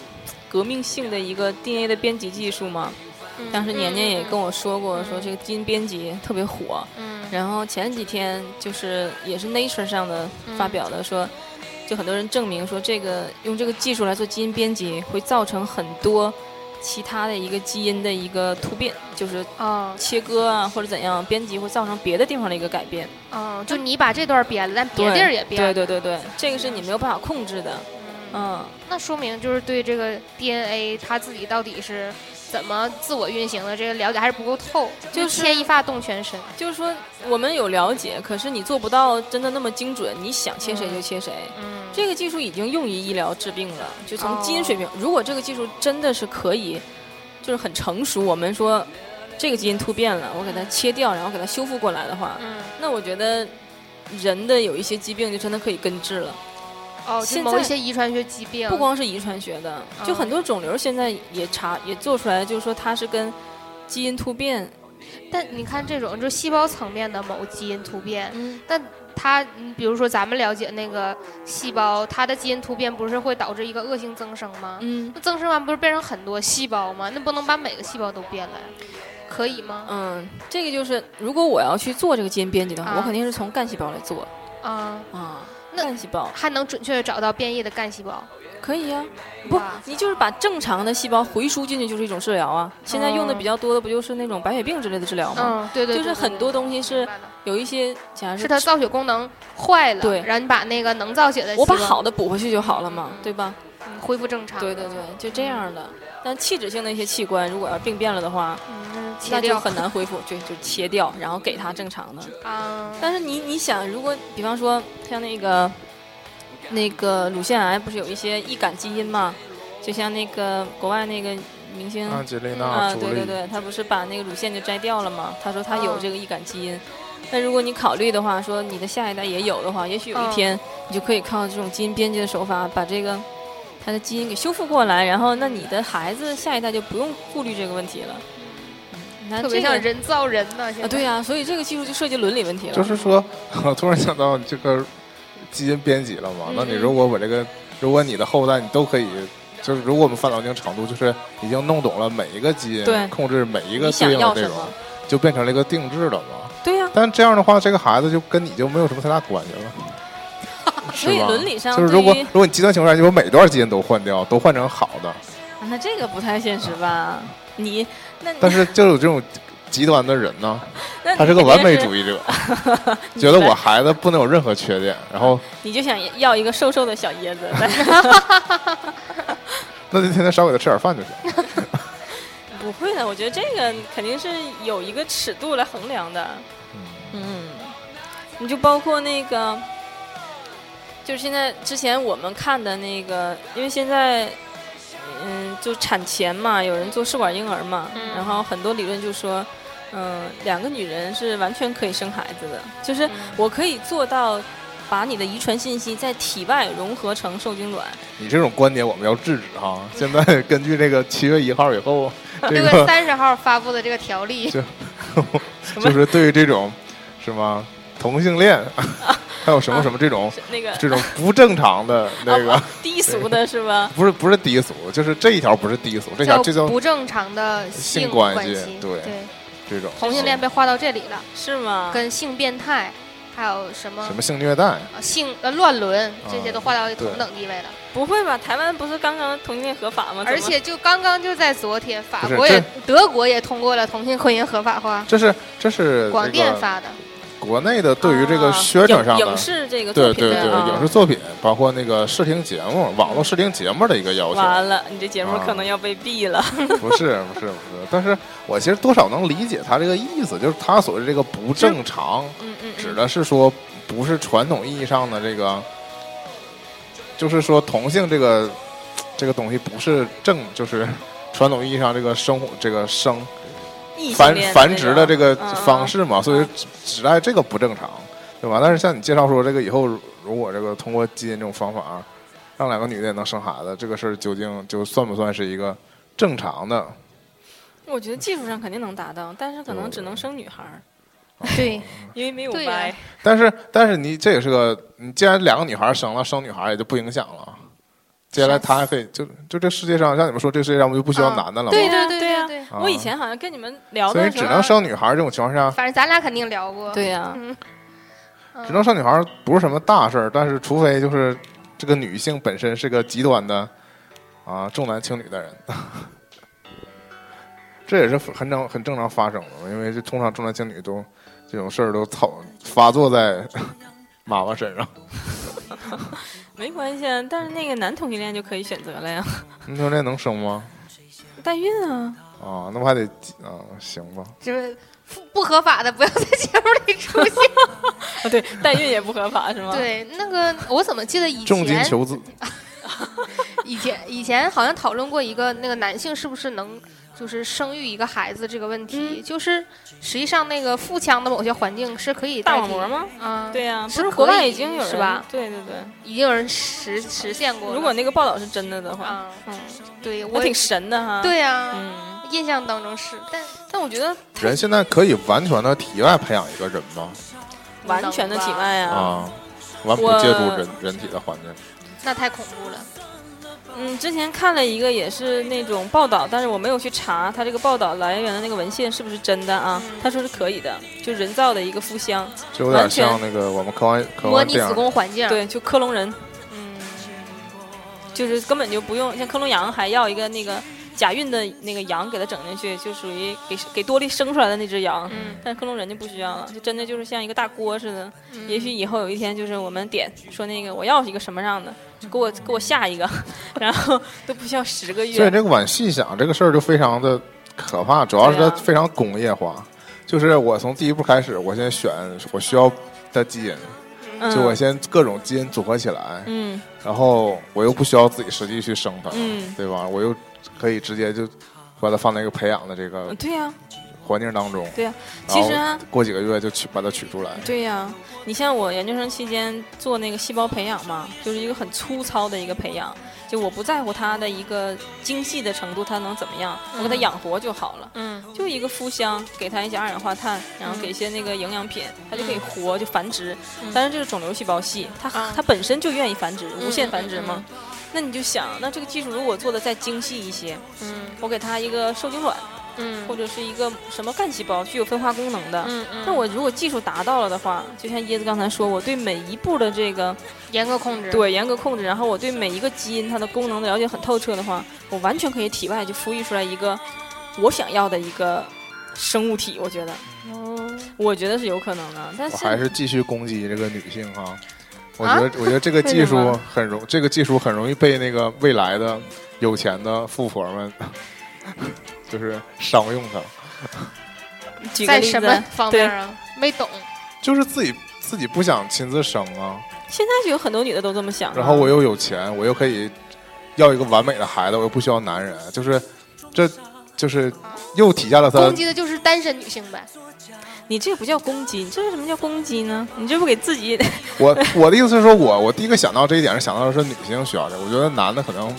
[SPEAKER 4] 革命性的一个 DNA 的编辑技术嘛。
[SPEAKER 2] 嗯，
[SPEAKER 4] 当时年年也跟
[SPEAKER 2] 我，
[SPEAKER 4] 我说过，说这个基因编辑特别火。
[SPEAKER 2] 嗯
[SPEAKER 4] 然后前几天就是也是 Nature 上的
[SPEAKER 2] 嗯
[SPEAKER 4] 发表的说，就很多人证明说这个用这个技术来做基因编辑会造成很多其他的一个基因的一个突变，就是
[SPEAKER 2] 哦
[SPEAKER 4] 切割啊或者怎样编辑会造成别的地方的一个改变。
[SPEAKER 2] 哦，就你把这段编了，但别
[SPEAKER 4] 对
[SPEAKER 2] 地儿也编了。
[SPEAKER 4] 对对对对，这个是你没有办法控制的。嗯，
[SPEAKER 2] 那说明就是对这个 DNA 它自己到底是怎么自我运行的，这个了解还是不够透，
[SPEAKER 4] 就
[SPEAKER 2] 切
[SPEAKER 4] 是
[SPEAKER 2] 一发动全身。
[SPEAKER 4] 就是说我们有了解，可是你做不到真的那么精准，你想切谁就切谁。
[SPEAKER 2] 嗯，
[SPEAKER 4] 这个技术已经用于医疗治病了，就从
[SPEAKER 2] 哦
[SPEAKER 4] 基因水平，如果这个技术真的是可以，就是很成熟，我们说这个基因突变了，我给它切掉，然后给它修复过来的话，
[SPEAKER 2] 嗯，
[SPEAKER 4] 那我觉得人的有一些疾病就真的可以根治了。
[SPEAKER 2] 哦，就
[SPEAKER 4] 现
[SPEAKER 2] 某一
[SPEAKER 4] 在
[SPEAKER 2] 些遗传学疾病，
[SPEAKER 4] 不光是遗传学
[SPEAKER 2] 嗯
[SPEAKER 4] 的，就很多肿瘤现在也查也做出来，就是说它是跟基因突变
[SPEAKER 2] 但你看这种就细胞层面的某基因突变，
[SPEAKER 4] 嗯
[SPEAKER 2] 但它，嗯比如说咱们了解那个细胞，它的基因突变不是会导致一个恶性增生吗？
[SPEAKER 4] 嗯
[SPEAKER 2] 那增生完不是变成很多细胞吗？那不能把每个细胞都变了呀，可以吗？
[SPEAKER 4] 嗯，这个就是如果我要去做这个基因编辑的话，
[SPEAKER 2] 啊
[SPEAKER 4] 我肯定是从干细胞来做
[SPEAKER 2] 啊、
[SPEAKER 4] 啊。
[SPEAKER 2] 那
[SPEAKER 4] 干细胞
[SPEAKER 2] 还能准确的找到变异的干细胞，
[SPEAKER 4] 可以呀、不
[SPEAKER 2] 哇，
[SPEAKER 4] 你就是把正常的细胞回输进去就是一种治疗啊。现在用的比较多的不就是那种白血病之类的治疗
[SPEAKER 2] 嗯，
[SPEAKER 4] 吗？
[SPEAKER 2] 对对对
[SPEAKER 4] 就是很多东西是
[SPEAKER 2] 是
[SPEAKER 4] 有一些，假如
[SPEAKER 2] 是它造血功能坏了，
[SPEAKER 4] 对
[SPEAKER 2] 然后你把那个能造血的细胞
[SPEAKER 4] 我把好的补回去就好了嘛，对吧？
[SPEAKER 2] 嗯恢复正常，
[SPEAKER 4] 对对对，就这样的。但器质性的一些器官，如果要病变了的话，
[SPEAKER 2] 嗯，切
[SPEAKER 4] 那就
[SPEAKER 2] 掉
[SPEAKER 4] 很难恢复，对，就切掉，然后给它正常的。
[SPEAKER 2] 啊，
[SPEAKER 4] 但是你你想，如果比方说像那个那个乳腺癌，不是有一些易感基因嘛？就像那个国外那个明星
[SPEAKER 3] 安吉丽
[SPEAKER 4] 啊，
[SPEAKER 3] 娜朱
[SPEAKER 4] 对对
[SPEAKER 3] 莉，
[SPEAKER 4] 对，他不是把那个乳腺就摘掉了吗？他说他有
[SPEAKER 2] 嗯
[SPEAKER 4] 这个易感基因。那如果你考虑的话，说你的下一代也有的话，也许有一
[SPEAKER 2] 嗯
[SPEAKER 4] 天你就可以靠这种基因编辑的手法，把这个它的基因给修复过来，然后那你的孩子下一代就不用顾虑这个问题了。嗯那
[SPEAKER 2] 特别
[SPEAKER 4] 这个
[SPEAKER 2] 像人造人呢，现在
[SPEAKER 4] 啊，对呀、所以这个技术就涉及伦理问题了。
[SPEAKER 3] 就是说，我突然想到这个基因编辑了嘛，那你
[SPEAKER 4] 嗯
[SPEAKER 3] 如果把这个，如果你的后代你都可以。就是如果我们发展到一定程度，就是已经弄懂了每一个基
[SPEAKER 4] 对
[SPEAKER 3] 因，控制每一个
[SPEAKER 4] 你想
[SPEAKER 3] 对应的
[SPEAKER 4] 要
[SPEAKER 3] 这
[SPEAKER 4] 什
[SPEAKER 3] 种
[SPEAKER 4] 么，？
[SPEAKER 3] 就变成了一个定制了嘛。
[SPEAKER 4] 对呀、
[SPEAKER 3] 但这样的话，这个孩子就跟你就没有什么太大关系了，是
[SPEAKER 4] 所以
[SPEAKER 3] 吧？
[SPEAKER 4] 伦理上
[SPEAKER 3] 就是
[SPEAKER 4] 对
[SPEAKER 3] 如果
[SPEAKER 4] 于
[SPEAKER 3] 如果你极端情况下，就把每段基因都换掉，都换成好的，
[SPEAKER 4] 啊那这个不太现实吧？你那你
[SPEAKER 3] 但是就有这种极端的人呢，
[SPEAKER 4] <laughs> 那
[SPEAKER 3] 他
[SPEAKER 4] 你
[SPEAKER 3] 是个
[SPEAKER 4] 肯定
[SPEAKER 3] 完美
[SPEAKER 4] 是
[SPEAKER 3] 主
[SPEAKER 4] <laughs>
[SPEAKER 3] 义者，觉得我孩子不能有任何缺点，然后
[SPEAKER 4] 你就想要一个瘦瘦的小椰子，但是
[SPEAKER 3] 那就天天少给他吃点饭就行。
[SPEAKER 4] 不会的，我觉得这个肯定是有一个尺度来衡量的。嗯，你就包括那个，就是现在之前我们看的那个，因为现在。嗯，就产前嘛，有人做试管婴儿嘛，
[SPEAKER 2] 嗯
[SPEAKER 4] 然后很多理论就说，嗯、两个女人是完全可以生孩子的，
[SPEAKER 2] 嗯
[SPEAKER 4] 就是我可以做到把你的遗传信息在体外融合成受精卵，
[SPEAKER 3] 你这种观点我们要制止哈。现在根据这个七月一号以
[SPEAKER 4] <laughs>
[SPEAKER 3] 后，这
[SPEAKER 2] 这个
[SPEAKER 3] 个
[SPEAKER 2] 三十号发布的这个条
[SPEAKER 3] <laughs>
[SPEAKER 2] 例，
[SPEAKER 3] 就是对于这种什么同性恋，还有什么什么这
[SPEAKER 4] <laughs>
[SPEAKER 3] 种
[SPEAKER 4] 是那个
[SPEAKER 3] 这种不正常的那个
[SPEAKER 4] 啊，低俗的是吧？
[SPEAKER 3] 不是不是低俗，就是这一条不是低俗，这条
[SPEAKER 2] 叫
[SPEAKER 3] 这叫
[SPEAKER 2] 不正常的
[SPEAKER 3] 性
[SPEAKER 2] 关
[SPEAKER 3] 关系对这种
[SPEAKER 2] 同性恋被划到这里了，
[SPEAKER 4] 是吗？
[SPEAKER 2] 跟性变态，还有什么
[SPEAKER 3] 什么性虐待，
[SPEAKER 2] 呃性呃乱伦这些
[SPEAKER 3] 啊
[SPEAKER 2] 都划到
[SPEAKER 3] 对
[SPEAKER 2] 同等地位了。
[SPEAKER 4] 不会吧？台湾不是刚刚同性恋合
[SPEAKER 3] 啊
[SPEAKER 4] 法吗？
[SPEAKER 2] 而且就刚刚就在昨天，法
[SPEAKER 3] 不是
[SPEAKER 2] 国也
[SPEAKER 3] 这
[SPEAKER 2] 德国也通过了同性婚姻合法化，
[SPEAKER 3] 这是这是
[SPEAKER 2] 广
[SPEAKER 3] 这
[SPEAKER 2] 电
[SPEAKER 3] 个
[SPEAKER 2] 发的。
[SPEAKER 3] 国内的对于这个
[SPEAKER 4] 啊
[SPEAKER 3] 宣传上
[SPEAKER 4] 影
[SPEAKER 3] 的
[SPEAKER 4] 影。视这个作
[SPEAKER 3] 对
[SPEAKER 4] 品
[SPEAKER 3] 对对，
[SPEAKER 4] 啊
[SPEAKER 3] 影视作品包括那个视听节目，网络视听节目的一个要求，
[SPEAKER 4] 完了，你这节目
[SPEAKER 3] 啊
[SPEAKER 4] 可能要被毙了。
[SPEAKER 3] <laughs> 不是不是不是，但是我其实多少能理解他这个意思，就是他所谓这个不正常，
[SPEAKER 4] 嗯嗯
[SPEAKER 3] 指的是说不是传统意义上的这个，就是说同性这个这个东西不是正，就是传统意义上这个生活这个生
[SPEAKER 4] 嗯异性
[SPEAKER 3] 繁
[SPEAKER 4] 恋
[SPEAKER 3] 繁殖的这个
[SPEAKER 4] 嗯嗯
[SPEAKER 3] 方式嘛，所以只只爱这个不正常，对吧？但是像你介绍说这个以后如如果这个通过基因这种方法让两个女的也能生孩子，这个事儿究竟就算不算是一个正常的？
[SPEAKER 4] 我觉得技术上肯定能达到，但是可能
[SPEAKER 3] 对
[SPEAKER 4] 只能生女孩儿，
[SPEAKER 2] 对，
[SPEAKER 4] 因为没有
[SPEAKER 2] 对呀
[SPEAKER 4] 歪。
[SPEAKER 3] 但是但是你这也是个，你既然两个女孩生了，生女孩也就不影响了。接下来她还可以就就这世界上，像你们说这世界上不就不需要
[SPEAKER 2] 啊
[SPEAKER 3] 男的了吗？
[SPEAKER 2] 对
[SPEAKER 4] 嗯对呀
[SPEAKER 2] 对
[SPEAKER 4] 对呀
[SPEAKER 2] 对对，
[SPEAKER 3] 啊
[SPEAKER 4] 我以前好像跟你们聊
[SPEAKER 3] 所以
[SPEAKER 4] 的时
[SPEAKER 3] 只
[SPEAKER 4] 候，
[SPEAKER 3] 能生女孩这种情况下，
[SPEAKER 2] 反正咱俩肯定聊过。嗯
[SPEAKER 4] 对呀，
[SPEAKER 3] 只能生女孩不是什么大事儿，但是除非就是这个女性本身是个极端的啊重男轻女的人，这也是很正很正常发生的，因为这通常重男轻女都这种事儿都操发作在 <laughs> 妈妈身上。
[SPEAKER 4] 没关系啊。但是那个男同性恋就可以选择了呀， <laughs>
[SPEAKER 3] 你说这能生吗？
[SPEAKER 4] 代孕啊，
[SPEAKER 3] 啊，那不还得啊行吧？
[SPEAKER 2] 就是不不合法的不要在节目里出现。
[SPEAKER 4] 啊对，代孕也不合法是吗？，
[SPEAKER 2] 对，那个我怎么记得以
[SPEAKER 3] 啊重金
[SPEAKER 2] 前
[SPEAKER 3] 求子，
[SPEAKER 2] 以前以前好像讨论过一个那个男性是不是能就是生育一个孩子这个问
[SPEAKER 3] 嗯
[SPEAKER 2] 题，就是实际上那个腹腔的某些环境是可以
[SPEAKER 4] 大
[SPEAKER 2] 代
[SPEAKER 4] 网
[SPEAKER 2] 替
[SPEAKER 4] 膜吗？
[SPEAKER 2] 啊，
[SPEAKER 4] 对，呀，
[SPEAKER 2] 是
[SPEAKER 4] 不是国
[SPEAKER 2] 可
[SPEAKER 4] 外
[SPEAKER 2] 以
[SPEAKER 4] 已经有人
[SPEAKER 2] 是吧？
[SPEAKER 4] 对对对，
[SPEAKER 2] 已经有人实实现过了。
[SPEAKER 4] 如果那个报道是真的的话，
[SPEAKER 2] 啊，嗯，对
[SPEAKER 4] 还
[SPEAKER 2] 我
[SPEAKER 4] 挺神的哈。，
[SPEAKER 2] 对呀、啊
[SPEAKER 4] 嗯，
[SPEAKER 2] 印象当中是，但
[SPEAKER 4] 但我觉得
[SPEAKER 3] 人现在可以完全的体外培养一个人吗？
[SPEAKER 4] 完全的体外呀、
[SPEAKER 3] 啊，完不
[SPEAKER 4] 我
[SPEAKER 3] 借助人人体的环境。
[SPEAKER 2] 那太恐怖了。
[SPEAKER 4] 嗯，之前看了一个也是那种报道，但是我没有去查他这个报道来源的那个文献是不是真的啊？他说是可以的，就人造的一个腹腔，
[SPEAKER 3] 就有点
[SPEAKER 4] 完全
[SPEAKER 3] 像那个我们科幻科
[SPEAKER 2] 模
[SPEAKER 3] 幻
[SPEAKER 2] 拟
[SPEAKER 3] 电
[SPEAKER 2] 子
[SPEAKER 3] 影，
[SPEAKER 2] 宫环境，，
[SPEAKER 4] 对，就克隆人，
[SPEAKER 2] 嗯，
[SPEAKER 4] 就是根本就不用像克隆羊还要一个那个假孕的那个羊给它整进去，就属于给给多利生出来的那只羊。
[SPEAKER 2] 嗯
[SPEAKER 4] 但克隆人就不需要了，就真的就是像一个大锅似的。
[SPEAKER 2] 嗯
[SPEAKER 4] 也许以后有一天，就是我们点说那个我要一个什么样的，就给我给我下一个， <laughs> 然后都不需要十个
[SPEAKER 3] 所以
[SPEAKER 4] 月。
[SPEAKER 3] 这个往细想，这个事儿就非常的可怕，主要是它
[SPEAKER 4] 对啊
[SPEAKER 3] 非常工业化。就是我从第一步开始，我先选我需要的基因，
[SPEAKER 4] 嗯
[SPEAKER 3] 就我先各种基因组合起来，
[SPEAKER 4] 嗯
[SPEAKER 3] 然后我又不需要自己实际去生它，
[SPEAKER 4] 嗯
[SPEAKER 3] 对吧？我又可以直接就把它放在一个培养的这个
[SPEAKER 4] 对呀、
[SPEAKER 3] 环境当中，
[SPEAKER 4] 嗯对呀、
[SPEAKER 3] 然
[SPEAKER 4] 其
[SPEAKER 3] 后
[SPEAKER 4] 实啊
[SPEAKER 3] 过几个月就取把它取出来。
[SPEAKER 4] 对呀、你像我研究生期间做那个细胞培养嘛，就是一个很粗糙的一个培养，就我不在乎它的一个精细的程度，它能怎么样，我给它养活就好了。
[SPEAKER 2] 嗯
[SPEAKER 4] 就一个腹箱，给它一些二氧化碳，然后给一些那个营养品，它就可以活，就繁殖。嗯但是这个肿瘤细胞系，它、
[SPEAKER 2] 啊
[SPEAKER 4] 它本身就愿意繁殖，无限
[SPEAKER 2] 嗯
[SPEAKER 4] 繁殖嘛。那你就想，那这个技术如果做的再精细一些，
[SPEAKER 2] 嗯
[SPEAKER 4] 我给它一个受精卵，
[SPEAKER 2] 嗯
[SPEAKER 4] 或者是一个什么干细胞，具有分化功能的，
[SPEAKER 2] 嗯嗯，
[SPEAKER 4] 那我如果技术达到了的话，就像椰子刚才说，我对每一步的这个
[SPEAKER 2] 严格控制，，
[SPEAKER 4] 对严格控制，然后我对每一个基因它的功能的了解很透彻的话，我完全可以体外就孵育出来一个我想要的一个生物体。我觉得，我觉得是有可能的，但
[SPEAKER 3] 我
[SPEAKER 4] 是
[SPEAKER 3] 还是继续攻击这个女性哈、我觉
[SPEAKER 2] 啊 <laughs>
[SPEAKER 3] 得，我觉得这个技
[SPEAKER 2] 为什
[SPEAKER 3] 术
[SPEAKER 2] 么
[SPEAKER 3] 很容，这个技术很容易被那个未来的有钱的富婆们， <laughs> 就是商用它，
[SPEAKER 4] 举个
[SPEAKER 2] 在
[SPEAKER 4] 例
[SPEAKER 2] 什
[SPEAKER 4] 子，
[SPEAKER 2] 么方
[SPEAKER 4] 对
[SPEAKER 2] 面啊？没懂，
[SPEAKER 3] 就是自己自己不想亲自生啊，
[SPEAKER 4] 现在就有很多女的都这么想啊。
[SPEAKER 3] 然后我又有钱，我又可以要一个完美的孩子，我又不需要男人，就是这就是又体现了她
[SPEAKER 2] 攻击的就是单身女性呗。
[SPEAKER 4] 你这不叫攻击，你这是什么叫攻击呢？你这不给自己 <laughs>
[SPEAKER 3] 我我的意思是说我，我第一个想到这一点是想到的是女性需要这个，我觉得男的可能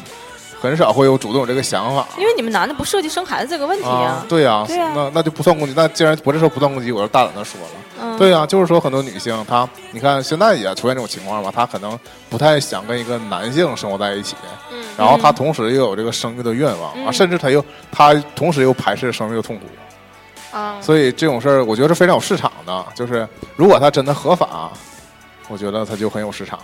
[SPEAKER 3] 很少会有主动有这个想法，
[SPEAKER 4] 因为你们男的不涉及生孩子这个问题
[SPEAKER 3] 啊，对呀、
[SPEAKER 4] 对呀
[SPEAKER 3] 那那就不算攻击。那既然我这时候不算攻击，我就大胆的说了，
[SPEAKER 4] 嗯，
[SPEAKER 3] 对呀、啊就是说很多女性她，你看现在也出现这种情况嘛，她可能不太想跟一个男性生活在一起，
[SPEAKER 2] 嗯
[SPEAKER 3] 然后她同时又有这个生育的愿望、啊，
[SPEAKER 4] 嗯
[SPEAKER 3] 甚至她又她同时又排斥生育的痛苦，
[SPEAKER 2] 啊，
[SPEAKER 3] 所以这种事儿我觉得是非常有市场的，就是如果它真的合法，我觉得它就很有市场，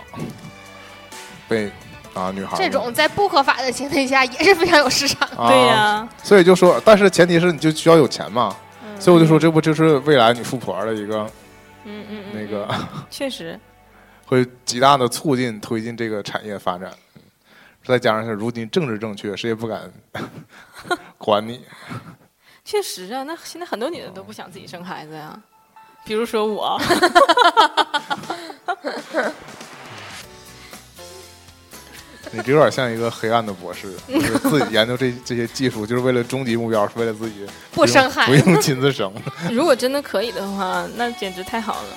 [SPEAKER 3] 被啊女孩儿
[SPEAKER 2] 这
[SPEAKER 3] 们
[SPEAKER 2] 种在不合法的情况下也是非常有市场。
[SPEAKER 3] 啊
[SPEAKER 4] 对呀、
[SPEAKER 3] 所以就说，但是前提是你就需要有钱嘛。
[SPEAKER 2] 嗯
[SPEAKER 3] 所以我就说，这不就是未来女富婆的一个
[SPEAKER 4] 嗯嗯嗯，
[SPEAKER 3] 那个， <laughs>
[SPEAKER 4] 确实，
[SPEAKER 3] 会极大的促进推进这个产业发展。嗯再加上是如今政治正确，谁也不敢 <laughs> 管你。
[SPEAKER 4] 确实啊，那现在很多女的都不想自己生孩子呀、比如说我， <laughs>
[SPEAKER 3] 你这有点像一个黑暗的博
[SPEAKER 4] <laughs>
[SPEAKER 3] 士，就是自己研究这这些技术，就是为了终极目标，是为了自己
[SPEAKER 2] 不生
[SPEAKER 3] 用
[SPEAKER 2] 孩
[SPEAKER 3] 不
[SPEAKER 2] 子，
[SPEAKER 3] 用亲自生。
[SPEAKER 4] 如果真的可以的话，那简直太好了。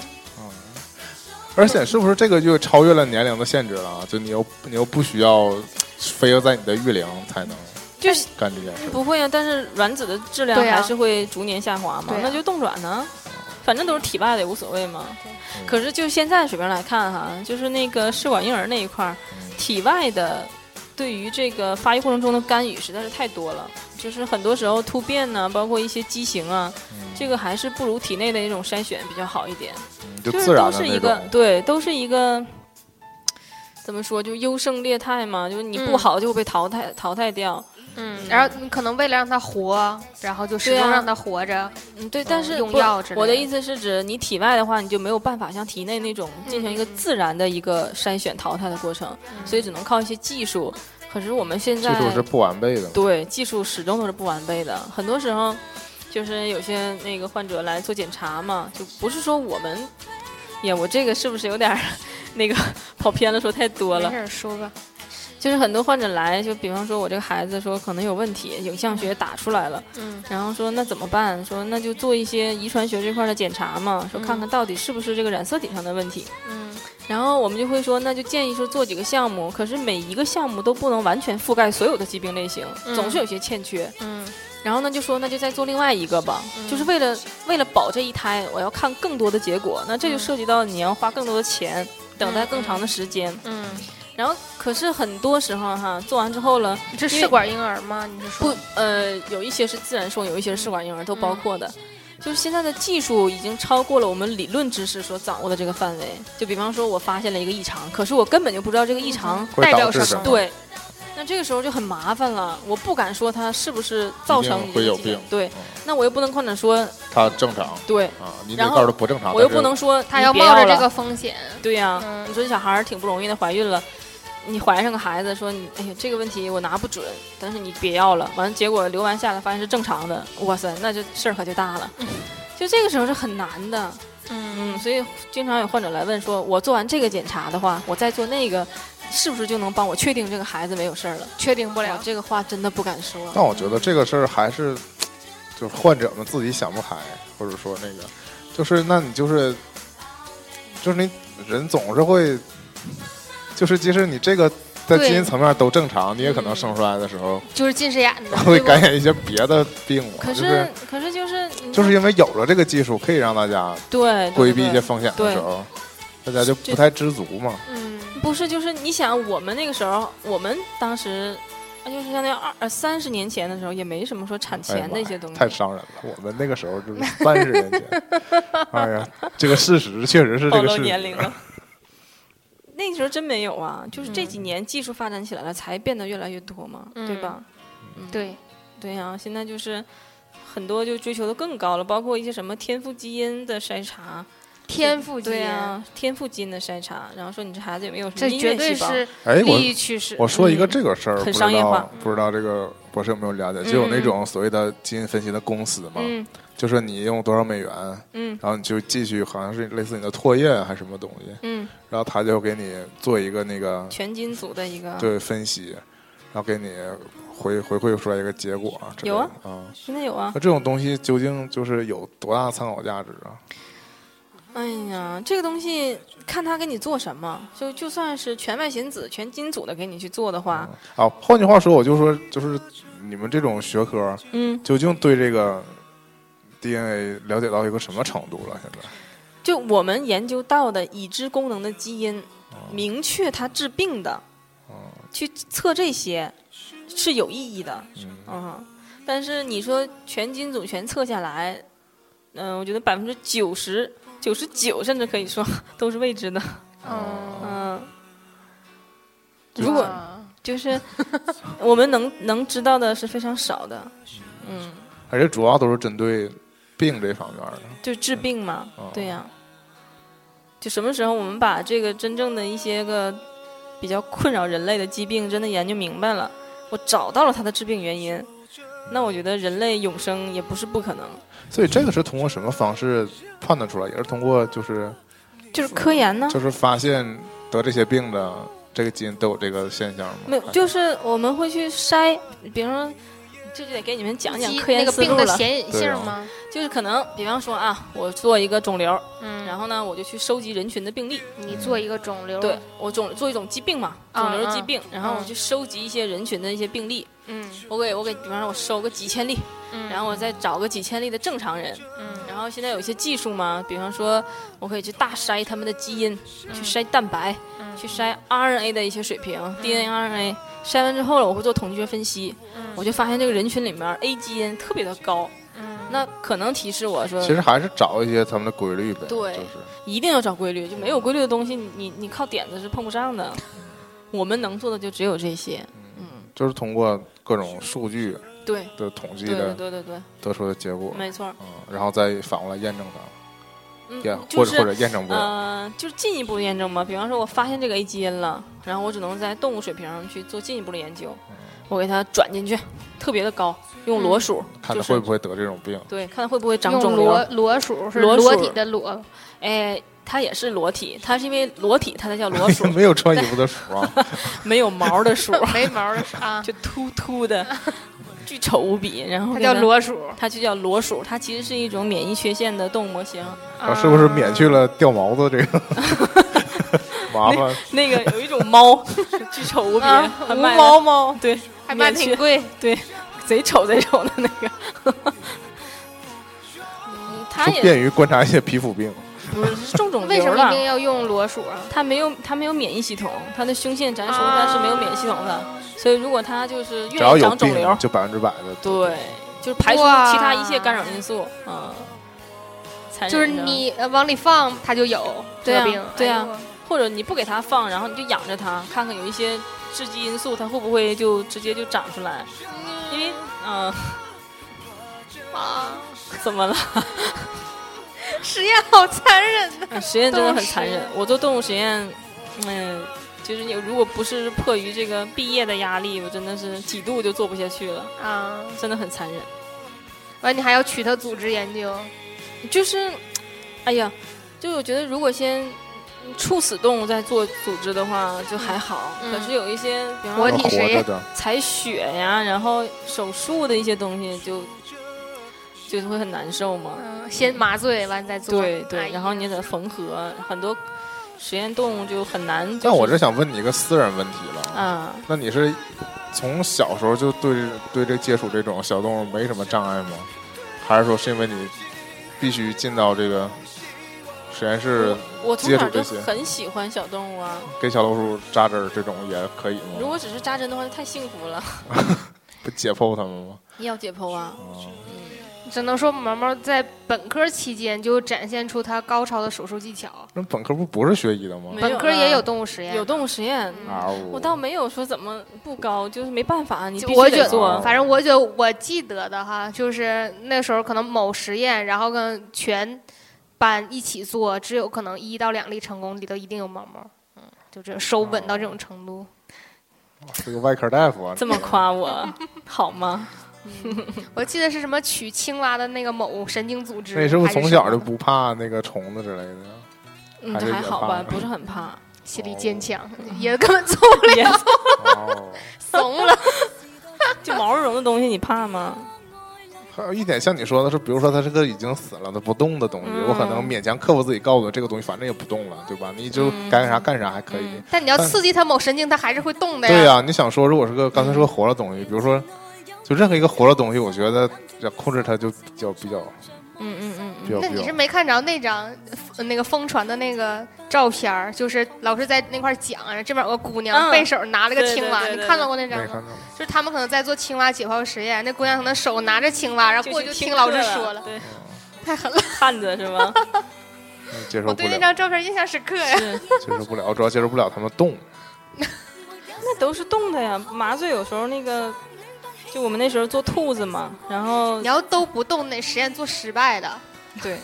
[SPEAKER 3] 而且是不是这个就超越了年龄的限制了啊？就你又你又不需要非要在你的育龄才能
[SPEAKER 4] 就是
[SPEAKER 3] 干这件事。
[SPEAKER 4] 不会啊，但是卵子的质量
[SPEAKER 2] 对啊
[SPEAKER 4] 还是会逐年下滑嘛，
[SPEAKER 2] 对啊
[SPEAKER 4] 那就冻卵呢、反正都是体外的，也无所谓嘛。可是就现在水平来看哈，就是那个试管婴儿那一块儿，体外的对于这个发育过程中的干预实在是太多了，就是很多时候突变呢、包括一些畸形啊，这个还是不如体内的那种筛选比较好一点。
[SPEAKER 3] 嗯就
[SPEAKER 4] 就是
[SPEAKER 3] 自然
[SPEAKER 4] 都
[SPEAKER 3] 的
[SPEAKER 4] 是
[SPEAKER 3] 那
[SPEAKER 4] 一个
[SPEAKER 3] 种。
[SPEAKER 4] 对，都是一个怎么说，就优胜劣汰嘛，就是你不
[SPEAKER 2] 嗯
[SPEAKER 4] 好就会被淘汰、淘汰掉。
[SPEAKER 2] 嗯，然后你可能为了让他活，然后就始
[SPEAKER 4] 对
[SPEAKER 2] 终
[SPEAKER 4] 啊
[SPEAKER 2] 让他活着，
[SPEAKER 4] 嗯，对，但是
[SPEAKER 2] 呃用
[SPEAKER 4] 不
[SPEAKER 2] 药之
[SPEAKER 4] 我的
[SPEAKER 2] 类的
[SPEAKER 4] 意思是指你体外的话，你就没有办法像体内那种进行一个
[SPEAKER 2] 嗯嗯嗯
[SPEAKER 4] 自然的一个筛选淘汰的过程，
[SPEAKER 2] 嗯
[SPEAKER 4] 所以只能靠一些技术。可是我们现
[SPEAKER 3] 技
[SPEAKER 4] 在
[SPEAKER 3] 术是不完备的嘛，
[SPEAKER 4] 对技术始终都是不完备的，很多时候就是有些那个患者来做检查嘛，就不是说我们。呀，我这个是不是有点儿那个跑偏了？说太多了
[SPEAKER 2] 没事。儿说吧。
[SPEAKER 4] 就是很多患者来，就比方说我这个孩子说可能有问题，影像学打出来了，
[SPEAKER 2] 嗯
[SPEAKER 4] 然后说那怎么办？说那就做一些遗传学这块的检查嘛，说看看到底是不是这个染色体上的问题。
[SPEAKER 2] 嗯
[SPEAKER 4] 然后我们就会说，那就建议说做几个项目，可是每一个项目都不能完全覆盖所有的疾病类型，
[SPEAKER 2] 嗯
[SPEAKER 4] 总是有些欠缺。
[SPEAKER 2] 嗯
[SPEAKER 4] 然后呢就说那就再做另外一个吧，就是为了为了保这一胎，我要看更多的结果，那这就涉及到你要花更多的钱，等待更长的时间。
[SPEAKER 2] 嗯嗯，
[SPEAKER 4] 然后可是很多时候哈，做完之后了。
[SPEAKER 2] 你这
[SPEAKER 4] 因为
[SPEAKER 2] 试管婴儿吗？你是说
[SPEAKER 4] 不，呃，有一些是自然受，有一些是试管婴儿，都包
[SPEAKER 2] 嗯
[SPEAKER 4] 括的。就是现在的技术已经超过了我们理论知识所掌握的这个范围。就比方说，我发现了一个异常，可是我根本就不知道这个异常
[SPEAKER 3] 会
[SPEAKER 2] 代
[SPEAKER 3] 导
[SPEAKER 2] 表
[SPEAKER 3] 致
[SPEAKER 2] 什
[SPEAKER 3] 什
[SPEAKER 2] 么
[SPEAKER 3] 么？
[SPEAKER 4] 对，那这个时候就很麻烦了。我不敢说它是不是造成
[SPEAKER 3] 一定会有
[SPEAKER 4] 你这个疾
[SPEAKER 3] 病
[SPEAKER 4] 对
[SPEAKER 3] 嗯，
[SPEAKER 4] 那我又不能矿产说
[SPEAKER 3] 它正常
[SPEAKER 4] 对，
[SPEAKER 3] 啊，你得
[SPEAKER 4] 然后
[SPEAKER 3] 告诉它不正常，
[SPEAKER 4] 我又
[SPEAKER 3] 但是
[SPEAKER 4] 不能说
[SPEAKER 2] 他
[SPEAKER 4] 你
[SPEAKER 2] 要
[SPEAKER 4] 别
[SPEAKER 2] 冒着
[SPEAKER 4] 了
[SPEAKER 2] 这个风险？
[SPEAKER 4] 对呀、
[SPEAKER 2] 嗯
[SPEAKER 4] 你说这小孩儿挺不容易的，怀孕了，你怀上个孩子，说你哎呀这个问题我拿不准，但是你别要了。完了，结果留完下来发现是正常的，哇塞，那就事儿可就大了。就这个时候是很难的，
[SPEAKER 2] 嗯
[SPEAKER 4] 嗯，所以经常有患者来问说，我做完这个检查的话，我再做那个，是不是就能帮我确定这个孩子没有事儿了？
[SPEAKER 2] 确定不
[SPEAKER 4] 不
[SPEAKER 2] 了。
[SPEAKER 4] 这个话真的不敢说。
[SPEAKER 3] 但我觉得这个事儿还是，就是患者们自己想不开，或者说那个，就是那你就是，就是你人总是会，就是即使你这个在
[SPEAKER 2] 对
[SPEAKER 3] 基因层面都正常，你也可能
[SPEAKER 4] 嗯
[SPEAKER 3] 生出来的时候
[SPEAKER 2] 就是近视眼
[SPEAKER 3] <laughs>
[SPEAKER 2] 的，
[SPEAKER 3] 会
[SPEAKER 2] 对不
[SPEAKER 3] 感染一些别的病嘛。
[SPEAKER 4] 可，
[SPEAKER 3] 就是
[SPEAKER 4] 可是就是你
[SPEAKER 3] 就是因为有了这个技术，可以让大家
[SPEAKER 4] 对
[SPEAKER 3] 规避一
[SPEAKER 4] 对
[SPEAKER 3] 些
[SPEAKER 4] 对
[SPEAKER 3] 风险的
[SPEAKER 4] 对
[SPEAKER 3] 时候，大家就
[SPEAKER 4] 这
[SPEAKER 3] 不太知足嘛。
[SPEAKER 2] 嗯
[SPEAKER 4] <laughs> 不是，就是你想，我们那个时候，我们当时，啊就是相当于二呃三十年前的时候，也没什么说产
[SPEAKER 3] 哎呀
[SPEAKER 4] 前
[SPEAKER 3] 妈
[SPEAKER 4] 的一些
[SPEAKER 3] 呀
[SPEAKER 4] 东西。
[SPEAKER 3] 太伤人了。我们那个时候就是三十年前，哎呀，这个事实确实是
[SPEAKER 4] 暴
[SPEAKER 3] 这个
[SPEAKER 4] 露
[SPEAKER 3] 事
[SPEAKER 4] 年龄
[SPEAKER 3] 实。 <laughs>
[SPEAKER 4] 了。那个时候真没有啊，就是这
[SPEAKER 2] 嗯
[SPEAKER 4] 几年技术发展起来了，才变得越来越多嘛，对
[SPEAKER 2] 嗯
[SPEAKER 4] 吧？
[SPEAKER 2] 对，
[SPEAKER 4] 对呀、现在就是很多就追求的更高了，包括一些什么天赋基因的筛查，
[SPEAKER 2] 天赋基
[SPEAKER 4] 对呀、
[SPEAKER 2] 因，
[SPEAKER 4] 天赋基因的筛查，然后说你这孩子有没有什么
[SPEAKER 2] 这
[SPEAKER 4] 音
[SPEAKER 2] 绝
[SPEAKER 4] 乐
[SPEAKER 2] 对
[SPEAKER 4] 细胞？
[SPEAKER 2] 是
[SPEAKER 3] 哎，我
[SPEAKER 2] 利益驱使。
[SPEAKER 3] 我说一个
[SPEAKER 4] 嗯
[SPEAKER 3] 这个事儿，
[SPEAKER 4] 很
[SPEAKER 3] 不知
[SPEAKER 4] 商业
[SPEAKER 3] 道
[SPEAKER 4] 化
[SPEAKER 3] 不知道这个博士有没有了解？就有那种所谓的基因分析的公司嘛，
[SPEAKER 4] 嗯
[SPEAKER 3] 就是你用多少美元，
[SPEAKER 4] 嗯
[SPEAKER 3] 然后你就继续好像是类似你的唾液还是什么东西，
[SPEAKER 4] 嗯，
[SPEAKER 3] 然后他就给你做一个那个
[SPEAKER 4] 全基因组的一个，
[SPEAKER 3] 对分析，然后给你回回馈出来一个结果之类的。
[SPEAKER 4] 有啊
[SPEAKER 3] 嗯
[SPEAKER 4] 现在有啊
[SPEAKER 3] 那、。这种东西究竟就是有多大参考价值啊？
[SPEAKER 4] 哎呀，这个东西看他给你做什么，就就算是全外显子、全金组的给你去做的话，
[SPEAKER 3] 啊，换句话说，我就说就是你们这种学科
[SPEAKER 4] 嗯，
[SPEAKER 3] 究竟对这个 DNA 了解到一个什么程度了？现在？
[SPEAKER 4] 就我们研究到的已知功能的基因，
[SPEAKER 3] 啊
[SPEAKER 4] 明确它治病的，去测这些是有意义的，
[SPEAKER 3] 嗯
[SPEAKER 4] 嗯。但是你说全基因组全测下来，嗯、我觉得百分之九十、九十九甚至可以说 <laughs> 都是未知的，
[SPEAKER 2] 嗯，
[SPEAKER 4] 嗯、
[SPEAKER 2] 如
[SPEAKER 4] 如果
[SPEAKER 2] 啊
[SPEAKER 4] 就是 <laughs> 我们能能知道的是非常少的，嗯。
[SPEAKER 3] 而且主要都是针对病这方面的。
[SPEAKER 4] 就治病嘛，
[SPEAKER 3] 哦
[SPEAKER 4] 对呀、就什么时候我们把这个真正的一些个比较困扰人类的疾病真的研究明白了，我找到了它的治病原因，那我觉得人类永生也不是不可能。
[SPEAKER 3] 所以这个是通过什么方式判断出来？也是通过就是
[SPEAKER 4] 就是科研呢，
[SPEAKER 3] 就是发现得这些病的这个基因都有这个现象吗？
[SPEAKER 4] 没有，就是我们会去筛，比方说，这就得给你们讲讲
[SPEAKER 2] 基
[SPEAKER 4] 科
[SPEAKER 2] 那
[SPEAKER 4] 研
[SPEAKER 2] 个
[SPEAKER 4] 思
[SPEAKER 2] 病
[SPEAKER 4] 路
[SPEAKER 2] 的
[SPEAKER 4] 了。
[SPEAKER 2] 显隐
[SPEAKER 3] 对
[SPEAKER 2] 性
[SPEAKER 3] 啊
[SPEAKER 2] 吗？
[SPEAKER 4] 就是可能，比方说啊，我做一个肿瘤，
[SPEAKER 2] 嗯，
[SPEAKER 4] 然后呢，我就去收集人群的病例，
[SPEAKER 2] 你做一个肿瘤，
[SPEAKER 4] 对，我肿做一种疾病嘛，
[SPEAKER 2] 啊
[SPEAKER 4] 肿瘤
[SPEAKER 2] 啊
[SPEAKER 4] 疾病，然后我
[SPEAKER 2] 哦嗯
[SPEAKER 4] 去收集一些人群的一些病例，
[SPEAKER 2] 嗯，
[SPEAKER 4] 我给我给，比方说我收个几千例，
[SPEAKER 2] 嗯
[SPEAKER 4] 然后我再找个几千例的正常人，
[SPEAKER 2] 嗯
[SPEAKER 4] 然后现在有一些技术嘛，比方说我可以去大筛他们的基因，去筛蛋白，
[SPEAKER 2] 嗯
[SPEAKER 4] 去筛 RNA 的一些水平、d n a RNA。筛完之后了，我会做统计学分析，
[SPEAKER 2] 嗯
[SPEAKER 4] 我就发现这个人群里面 A 基因特别的高，
[SPEAKER 2] 嗯
[SPEAKER 4] 那可能提示我说
[SPEAKER 3] 其实还是找一些他们的规律呗。
[SPEAKER 4] 对
[SPEAKER 3] 就是
[SPEAKER 4] 一定要找规律，就没有规律的东西，你你你靠点子是碰不上的。我们能做的就只有这些，嗯
[SPEAKER 3] 就是通过各种数据
[SPEAKER 4] 对，
[SPEAKER 3] 的统计
[SPEAKER 4] 对对
[SPEAKER 3] 的
[SPEAKER 4] 对对对，
[SPEAKER 3] 得出的结果，
[SPEAKER 4] 没错儿，
[SPEAKER 3] 嗯，然后再反过来验证它，
[SPEAKER 4] 嗯
[SPEAKER 3] 验，
[SPEAKER 4] 就
[SPEAKER 3] 或
[SPEAKER 4] 是
[SPEAKER 3] 啊者或者验证不了。
[SPEAKER 4] 呃，就是进一步的验证嘛。比方说，我发现这个 A 基因了，然后我只能在动物水平上去做进一步的研究，
[SPEAKER 3] 嗯
[SPEAKER 4] 我给它转进去，特别的高，用裸鼠，
[SPEAKER 3] 看
[SPEAKER 4] 就
[SPEAKER 3] 他
[SPEAKER 4] 是
[SPEAKER 3] 会不会得这种病，
[SPEAKER 4] 对，看它会不会长
[SPEAKER 2] 用
[SPEAKER 4] 肿
[SPEAKER 2] 裸
[SPEAKER 4] 瘤。
[SPEAKER 2] 裸鼠是
[SPEAKER 4] 裸
[SPEAKER 2] 裸
[SPEAKER 4] 鼠
[SPEAKER 2] 体的裸，
[SPEAKER 4] 哎，它也是裸体，它是因为裸体它才叫
[SPEAKER 3] <laughs>，
[SPEAKER 4] 裸鼠
[SPEAKER 3] 没有穿衣服的鼠
[SPEAKER 4] <laughs>
[SPEAKER 3] 啊，
[SPEAKER 4] 没有毛的鼠，
[SPEAKER 2] 没毛的
[SPEAKER 4] <laughs>
[SPEAKER 2] 是啊，
[SPEAKER 4] 就秃秃的，
[SPEAKER 2] <laughs>
[SPEAKER 4] 巨丑无比。然后
[SPEAKER 2] 它
[SPEAKER 4] 给
[SPEAKER 2] 叫，裸鼠，
[SPEAKER 4] 它就叫裸鼠，它其实是一种免疫缺陷的动物模型。
[SPEAKER 3] 啊是不是免去了掉毛子这
[SPEAKER 4] <laughs>
[SPEAKER 3] 个麻烦？
[SPEAKER 4] 那个 <laughs> 有一种猫，巨丑无比，
[SPEAKER 2] 啊
[SPEAKER 4] 还
[SPEAKER 2] 无
[SPEAKER 4] 卖了
[SPEAKER 2] 毛猫，
[SPEAKER 4] 对，
[SPEAKER 2] 还卖
[SPEAKER 4] 免
[SPEAKER 2] 挺
[SPEAKER 4] 去
[SPEAKER 2] 贵，
[SPEAKER 4] 对，贼丑贼丑的那个。嗯他
[SPEAKER 3] 就
[SPEAKER 4] 也
[SPEAKER 3] 便于观察一些皮肤病。
[SPEAKER 4] 不是是中肿
[SPEAKER 2] 为
[SPEAKER 4] 瘤
[SPEAKER 2] 什么一定
[SPEAKER 4] 了，
[SPEAKER 2] 要用裸鼠啊？
[SPEAKER 4] 他没有他没有免疫系统，他的胸腺摘除
[SPEAKER 2] 啊
[SPEAKER 4] 但是没有免疫系统的，所以如果他就是
[SPEAKER 3] 只要
[SPEAKER 4] 愿意
[SPEAKER 3] 有
[SPEAKER 4] 长肿
[SPEAKER 3] 病
[SPEAKER 4] 瘤，
[SPEAKER 3] 就百分之百的。
[SPEAKER 4] 对，就是排除
[SPEAKER 2] 哇
[SPEAKER 4] 其他一切干扰因素，嗯，残忍
[SPEAKER 2] 就是
[SPEAKER 4] 的
[SPEAKER 2] 你呃往里放，它就有这
[SPEAKER 4] 对
[SPEAKER 2] 个
[SPEAKER 4] 啊
[SPEAKER 2] 病。
[SPEAKER 4] 对啊
[SPEAKER 2] 哎呦
[SPEAKER 4] 或者你不给它放，然后你就养着它，看看有一些致畸因素，它会不会就直接就长出来？因为，嗯、 <laughs>
[SPEAKER 2] 啊，
[SPEAKER 4] 怎么了？
[SPEAKER 2] 实验好残忍呐！
[SPEAKER 4] 啊实验真的
[SPEAKER 2] 动
[SPEAKER 4] 很
[SPEAKER 2] 物实
[SPEAKER 4] 残忍
[SPEAKER 2] 验。
[SPEAKER 4] 我做动物实验，嗯、就是你如果不是迫于这个毕业的压力，我真的是几度就做不下去了，
[SPEAKER 2] 啊，
[SPEAKER 4] 真的很残忍。
[SPEAKER 2] 完你还要取它组织研究，
[SPEAKER 4] 就是，哎呀，就我觉得如果先处死动物再做组织的话，就还好。
[SPEAKER 2] 嗯
[SPEAKER 4] 可是有一些，比方
[SPEAKER 2] 活
[SPEAKER 4] 说
[SPEAKER 2] 体
[SPEAKER 3] 活
[SPEAKER 2] 实
[SPEAKER 3] 着
[SPEAKER 2] 验
[SPEAKER 3] 的，
[SPEAKER 4] 采血呀，然后手术的一些东西就，就是会很难受嘛。
[SPEAKER 2] 嗯，先麻醉完再做。
[SPEAKER 4] 对
[SPEAKER 2] 哎
[SPEAKER 4] 对，然后你得缝合，很多实验动物就很难、就是。
[SPEAKER 3] 但我这想问你一个私人问题了，
[SPEAKER 4] 啊，
[SPEAKER 3] 那你是从小时候就对对这接触这种小动物没什么障碍吗？还是说是因为你必须进到这个实验室
[SPEAKER 4] 我从
[SPEAKER 3] 接触
[SPEAKER 4] 小
[SPEAKER 3] 这
[SPEAKER 4] 就
[SPEAKER 3] 些
[SPEAKER 4] 很喜欢小动物啊。
[SPEAKER 3] 给小老鼠扎针儿这种也可以吗？
[SPEAKER 4] 如果只是扎针的话，就太幸
[SPEAKER 2] <laughs>
[SPEAKER 4] 福了。
[SPEAKER 3] 不解剖它们吗？
[SPEAKER 4] 要解剖啊，
[SPEAKER 3] 啊，
[SPEAKER 2] 只能说毛毛在本科期间就展现出他高超的手术技巧。
[SPEAKER 3] 那本科不不是学医的吗？
[SPEAKER 4] 没有
[SPEAKER 2] 本科
[SPEAKER 4] 了
[SPEAKER 2] 也有动物实验，
[SPEAKER 4] 有动物实验。
[SPEAKER 3] 啊，
[SPEAKER 4] 我倒没有说怎么不高，就是没办法，啊你
[SPEAKER 2] 就
[SPEAKER 4] 必
[SPEAKER 2] 我
[SPEAKER 4] 须
[SPEAKER 2] 觉
[SPEAKER 4] 得
[SPEAKER 2] 得
[SPEAKER 3] 哦
[SPEAKER 4] 做。
[SPEAKER 2] 反正我觉得我记得的哈，就是那时候可能某实验，然后跟全班一起做，只有可能一到两例成功，里头一定有毛毛。嗯，就这手稳到这
[SPEAKER 3] 哦
[SPEAKER 2] 种程度。
[SPEAKER 3] 是个外科大夫啊，
[SPEAKER 4] 这么夸
[SPEAKER 2] <laughs>
[SPEAKER 4] 我好吗？
[SPEAKER 2] 我记得是什么取青蛙的那个某神经组织，
[SPEAKER 3] <laughs> 那你是不
[SPEAKER 2] 还
[SPEAKER 3] 是
[SPEAKER 2] 是
[SPEAKER 3] 从小
[SPEAKER 2] 什
[SPEAKER 3] 就
[SPEAKER 2] 么
[SPEAKER 3] 不怕那个虫子之类的呀？
[SPEAKER 4] 嗯，
[SPEAKER 3] 还是
[SPEAKER 4] 还
[SPEAKER 3] 也
[SPEAKER 4] 好
[SPEAKER 3] 怕
[SPEAKER 4] 吧，不是很
[SPEAKER 2] <laughs>
[SPEAKER 4] 怕。
[SPEAKER 2] 心理坚强，也根本做不了，
[SPEAKER 4] 也
[SPEAKER 3] 哦，
[SPEAKER 2] 怂了。
[SPEAKER 4] <laughs> 就毛茸茸的东西，你怕吗？
[SPEAKER 3] 还有一点像你说的是，比如说它是个已经死了、它不动的东西，
[SPEAKER 4] 嗯
[SPEAKER 3] 我可能勉强克服自己，告诉我这个东西反正也不动了，对吧？你就
[SPEAKER 4] 嗯
[SPEAKER 3] 该干啥干啥还可以。
[SPEAKER 2] <laughs> 但你要
[SPEAKER 3] 但
[SPEAKER 2] 刺激它某神经，它还是会动的
[SPEAKER 3] 对啊
[SPEAKER 2] 呀。
[SPEAKER 3] 呀、你想说，如果是个刚才是个活的东西，比如说，就任何一个活的东西，我觉得要控制它就比较比较
[SPEAKER 4] 嗯嗯嗯
[SPEAKER 3] 比
[SPEAKER 2] <laughs>
[SPEAKER 3] 较
[SPEAKER 4] 嗯，
[SPEAKER 2] 那
[SPEAKER 3] 比
[SPEAKER 2] 你是
[SPEAKER 3] 较。
[SPEAKER 2] 没看着那张呃那个疯传的那个照片儿，就是老师在那块儿讲，然后这边有个姑娘
[SPEAKER 4] 嗯
[SPEAKER 2] 背手拿了个
[SPEAKER 4] 对对
[SPEAKER 2] 青蛙，
[SPEAKER 4] 对
[SPEAKER 2] 你
[SPEAKER 4] 对
[SPEAKER 2] 看
[SPEAKER 4] 对
[SPEAKER 2] 到过那张
[SPEAKER 3] 没
[SPEAKER 2] 吗？
[SPEAKER 3] 看到吗？
[SPEAKER 2] 就是他们可能在做青蛙解剖实验，那姑娘可能手拿着青蛙，然后过去
[SPEAKER 4] 去
[SPEAKER 2] 就听老师
[SPEAKER 4] 课
[SPEAKER 2] 说了，
[SPEAKER 4] 对，
[SPEAKER 2] <laughs> 太狠了。
[SPEAKER 4] 汉子
[SPEAKER 2] <laughs>
[SPEAKER 4] 是吗？
[SPEAKER 3] 嗯接受
[SPEAKER 2] 我
[SPEAKER 3] 不
[SPEAKER 2] 哦对那
[SPEAKER 3] 了，
[SPEAKER 2] 张照片印象深刻
[SPEAKER 4] <laughs>
[SPEAKER 2] 呀。
[SPEAKER 4] 是，
[SPEAKER 3] 接受不了，我主要接受不了它们动。
[SPEAKER 4] 那都是动的呀。麻醉有时候那个，就我们那时候做兔子嘛，然后
[SPEAKER 2] 你要都不动，那实验做失败的。
[SPEAKER 4] 对，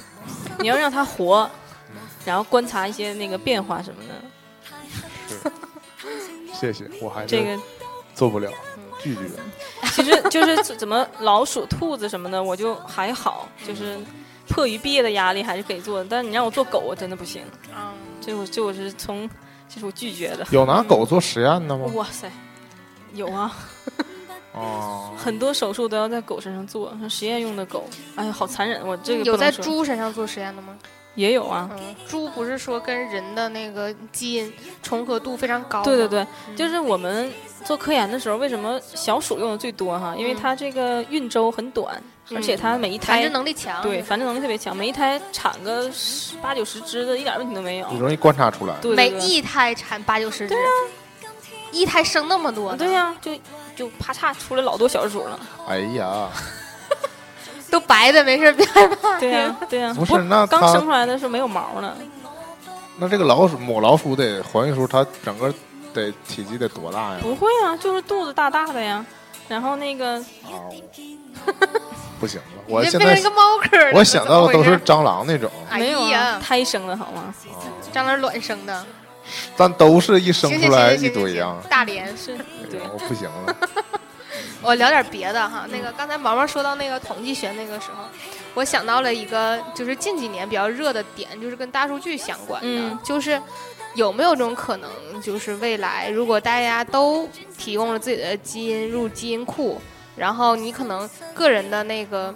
[SPEAKER 4] 你要让它活，然后观察一些那个变化什么的。
[SPEAKER 3] 谢谢，我还
[SPEAKER 4] 这
[SPEAKER 3] 是
[SPEAKER 4] 个
[SPEAKER 3] 做不了，拒绝。
[SPEAKER 4] 其实就是怎么老鼠、兔子什么的，我就还好，就是迫于毕业的压力还是可以做的。但是你让我做狗，我真的不行。
[SPEAKER 2] 嗯，
[SPEAKER 4] 这我这我是从这是我拒绝的。
[SPEAKER 3] 有拿狗做实验的吗？
[SPEAKER 4] 哇塞，有啊，
[SPEAKER 3] 哦，
[SPEAKER 4] 很多手术都要在狗身上做，像实验用的狗，哎呀，好残忍！我这个
[SPEAKER 2] 嗯有
[SPEAKER 4] 不
[SPEAKER 2] 在
[SPEAKER 4] 能说
[SPEAKER 2] 猪身上做实验的吗？
[SPEAKER 4] 也有啊，
[SPEAKER 2] 嗯，猪不是说跟人的那个基因重合度非常高吗？
[SPEAKER 4] 对对对，
[SPEAKER 2] 嗯，
[SPEAKER 4] 就是我们做科研的时候，为什么小鼠用的最多哈？因为
[SPEAKER 2] 嗯
[SPEAKER 4] 它这个孕周很短，
[SPEAKER 2] 嗯
[SPEAKER 4] 而且它每一
[SPEAKER 2] 繁
[SPEAKER 4] 胎
[SPEAKER 2] 殖能力嗯强。
[SPEAKER 4] 对，繁殖能力特别强，每一胎产个十八九十只的，一点问题都没有。
[SPEAKER 3] 你容易观察出来。
[SPEAKER 4] 对，对
[SPEAKER 2] 每
[SPEAKER 4] 对
[SPEAKER 2] 一胎产八九十只，一胎生那么多呢，
[SPEAKER 4] 对呀、就就啪嚓出来老多
[SPEAKER 2] <laughs>
[SPEAKER 4] 小鼠了。
[SPEAKER 3] 哎呀，
[SPEAKER 2] 都白的，没事
[SPEAKER 3] <laughs>
[SPEAKER 2] 别害怕。
[SPEAKER 4] 对呀、对呀、
[SPEAKER 3] 不是那
[SPEAKER 4] 刚
[SPEAKER 3] 它
[SPEAKER 4] 生出来的时候没有毛呢，
[SPEAKER 3] 那这个老鼠母老鼠得怀孕的时候，它整个得体积得多大呀？
[SPEAKER 4] 不会啊，就是肚子大大的呀。然后那个
[SPEAKER 3] 啊， <laughs> 不行了，我
[SPEAKER 2] 你这
[SPEAKER 3] 现
[SPEAKER 2] 变成
[SPEAKER 3] 在
[SPEAKER 2] 一个猫科了，
[SPEAKER 3] 我想到的
[SPEAKER 2] 怎
[SPEAKER 3] 都
[SPEAKER 2] 么
[SPEAKER 3] 是
[SPEAKER 2] 回事
[SPEAKER 3] 蟑螂那种，
[SPEAKER 2] 哎
[SPEAKER 4] 没有啊，
[SPEAKER 2] 呀
[SPEAKER 4] 胎生的好吗？
[SPEAKER 3] 啊
[SPEAKER 2] 蟑螂卵生的，
[SPEAKER 3] 但都是一生
[SPEAKER 2] 行
[SPEAKER 3] 出
[SPEAKER 2] 行
[SPEAKER 3] 来
[SPEAKER 2] 行
[SPEAKER 3] 一
[SPEAKER 2] 行行
[SPEAKER 3] 堆呀
[SPEAKER 2] 行，。大连，
[SPEAKER 4] 是，
[SPEAKER 3] 哎
[SPEAKER 4] 对
[SPEAKER 3] 呀，我不行了，
[SPEAKER 2] 我哦聊点别的哈。那个刚才毛毛说到那个统计学那个时候，我想到了一个，就是近几年比较热的点，就是跟大数据相关的
[SPEAKER 4] 嗯，
[SPEAKER 2] 就是。有没有种可能，就是未来如果大家都提供了自己的基因入基因库，然后你可能个人的那个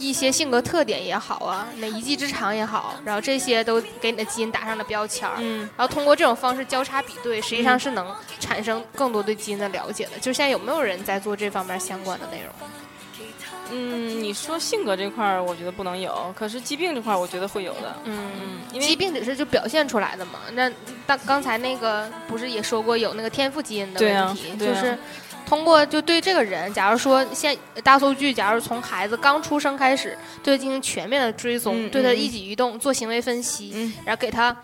[SPEAKER 2] 一些性格特点也好啊，那一技之长也好，然后这些都给你的基因打上了标签儿。
[SPEAKER 4] 嗯，
[SPEAKER 2] 然后通过这种方式交叉比对，实际上是能产生更多对基因的了解的。就现在有没有人在做这方面相关的内容？
[SPEAKER 4] 嗯，你说性格这块儿，我觉得不能有，可是疾病这块儿，我觉得会有的。
[SPEAKER 2] 嗯，
[SPEAKER 4] 嗯，因
[SPEAKER 2] 疾
[SPEAKER 4] 为
[SPEAKER 2] 病只是就表现出来的嘛。那但刚才那个不是也说过有那个天赋基因的
[SPEAKER 4] 对
[SPEAKER 2] 问
[SPEAKER 4] 啊
[SPEAKER 2] 题，
[SPEAKER 4] 对
[SPEAKER 2] 就
[SPEAKER 4] 啊
[SPEAKER 2] 是通过就对这个人，假如说现大数据，假如从孩子刚出生开始对他进行全面的追踪，
[SPEAKER 4] 嗯
[SPEAKER 2] 对他
[SPEAKER 4] 嗯
[SPEAKER 2] 一举一动做行为分析，
[SPEAKER 4] 嗯
[SPEAKER 2] 然后给他。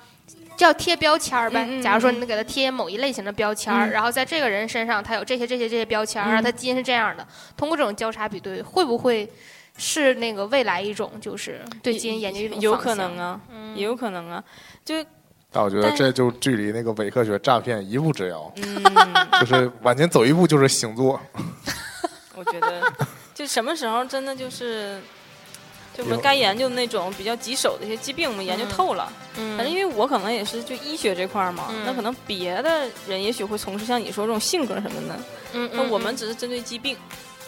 [SPEAKER 2] 叫贴标签儿呗，
[SPEAKER 4] 嗯嗯
[SPEAKER 2] 假如说
[SPEAKER 4] 嗯
[SPEAKER 2] 你给他贴某一类型的标签儿，
[SPEAKER 4] 嗯
[SPEAKER 2] 然后在这个人身上他有这些这些这些标签儿，
[SPEAKER 4] 嗯
[SPEAKER 2] 然后他基因是这样的，通过这种交叉比对，会不会是那个未来一种就是对基因研究一种
[SPEAKER 4] 有
[SPEAKER 2] 方
[SPEAKER 4] 可
[SPEAKER 2] 向
[SPEAKER 4] 能啊，
[SPEAKER 2] 嗯
[SPEAKER 4] 也有可能啊，
[SPEAKER 2] <laughs>
[SPEAKER 4] 就
[SPEAKER 3] 但我觉得
[SPEAKER 4] 但
[SPEAKER 3] 这就距离那个伪科学诈骗一步之遥，
[SPEAKER 4] 嗯，
[SPEAKER 3] 就是往前走一步就是星座。
[SPEAKER 4] 我觉得就什么时候真的就是。就我
[SPEAKER 3] 有
[SPEAKER 4] 们该研究的那种比较棘手的一些疾病，我们研究
[SPEAKER 2] 嗯
[SPEAKER 4] 透了。
[SPEAKER 2] 嗯，
[SPEAKER 4] 反正因为我可能也是就医学这块儿嘛，那
[SPEAKER 2] 嗯
[SPEAKER 4] 可能别的人也许会从事像你说这种性格什么的，
[SPEAKER 2] 嗯，
[SPEAKER 4] 那我们只是针对疾病，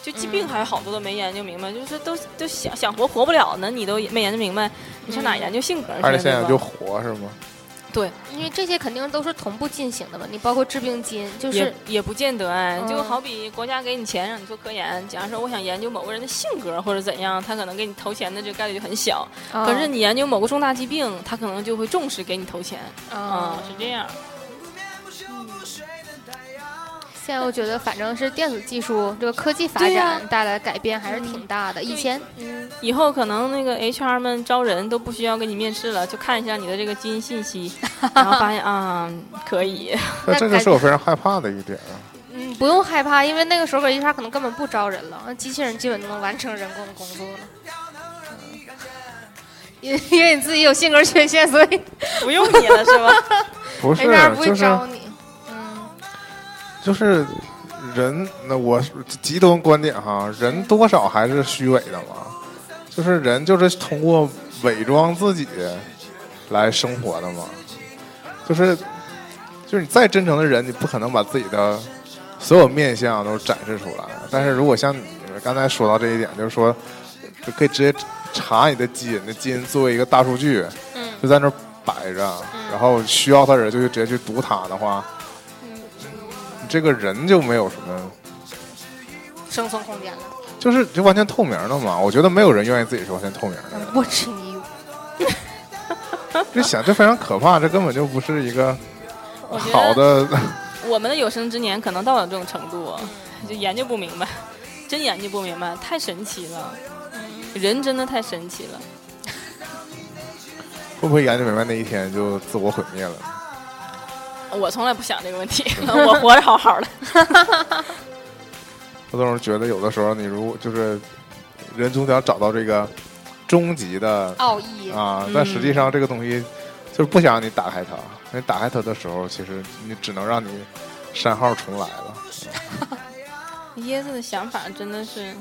[SPEAKER 4] 就疾病还有好多都没研究明白，就是都都想想活活不了呢，你都没研究明白，你上哪
[SPEAKER 2] 嗯
[SPEAKER 4] 研究性格去？
[SPEAKER 3] 而且现在
[SPEAKER 4] 对吧
[SPEAKER 3] 就活是吗？
[SPEAKER 2] 因为这些肯定都是同步进行的嘛，你包括致病基因，就是
[SPEAKER 4] 也也不见得哎，就
[SPEAKER 2] 嗯
[SPEAKER 4] 好比国家给你钱让你做科研，假如说我想研究某个人的性格或者怎样，他可能给你投钱的这个概率就很小，可是你研究某个重大疾病，他可能就会重视给你投钱，
[SPEAKER 2] 啊
[SPEAKER 4] 啊，，是这样，
[SPEAKER 2] 现在我觉得反正是电子技术这个科技发
[SPEAKER 4] 对呀
[SPEAKER 2] 展带来的改变还是挺大的。以前
[SPEAKER 4] 以后可能那个 HR 们招人都不需要给你面试了，就看一下你的这个基因信 <laughs> 息，然后发现啊、可以，
[SPEAKER 3] 那
[SPEAKER 2] 那
[SPEAKER 3] 这就
[SPEAKER 2] 感
[SPEAKER 3] 是我非常害怕的一点啊。
[SPEAKER 2] 嗯不用害怕，因为那个时候 HR 可能根本不招人了，那机器人基本都能完成人工的工作了。嗯因为因为你自己有性格缺陷，所以
[SPEAKER 4] 不用你了是吧？
[SPEAKER 3] 不是
[SPEAKER 2] HR 不，会
[SPEAKER 3] 就是
[SPEAKER 2] 招你。嗯
[SPEAKER 3] 就是人，那我是极端观点哈，人多少还是虚伪的嘛，就是人就是通过伪装自己来生活的嘛，就是就是你再真诚的人，你不可能把自己的所有面相都展示出来。但是如果像你们刚才说到这一点，就是说就可以直接查你的基因，那基因作为一个大数据，
[SPEAKER 2] 嗯
[SPEAKER 3] 就在那儿摆着，然后需要它的人就去直接去读它的话。
[SPEAKER 2] 嗯，
[SPEAKER 3] 你这个人就没有什么，
[SPEAKER 2] 生存空间了。
[SPEAKER 3] 就是就完全透明了嘛。我觉得没有人愿意自己是完全透明
[SPEAKER 4] <laughs>
[SPEAKER 3] 的。
[SPEAKER 2] 我吃你。
[SPEAKER 3] 这想这非常可怕，这根本就不是一个
[SPEAKER 4] 我觉得
[SPEAKER 3] 好的。 <laughs>
[SPEAKER 4] 我们的有生之年可能到了这种程度，就研究不明白， <laughs> 真研究不明白，太神奇了，人真的太神奇了。
[SPEAKER 3] 会不会研究明白那一天就自我毁灭了？
[SPEAKER 4] 我从来不想这个问 <laughs> 题，我活着好好的。
[SPEAKER 3] 我总是觉得有的时候你如果就是人总想找到这个终极的
[SPEAKER 2] 奥义，
[SPEAKER 3] 啊
[SPEAKER 4] 嗯，
[SPEAKER 3] 但实际上这个东西就是不想让你打开它。那打开它的时候，其实你只能让你删号重来了。
[SPEAKER 4] 椰子的想法真的是，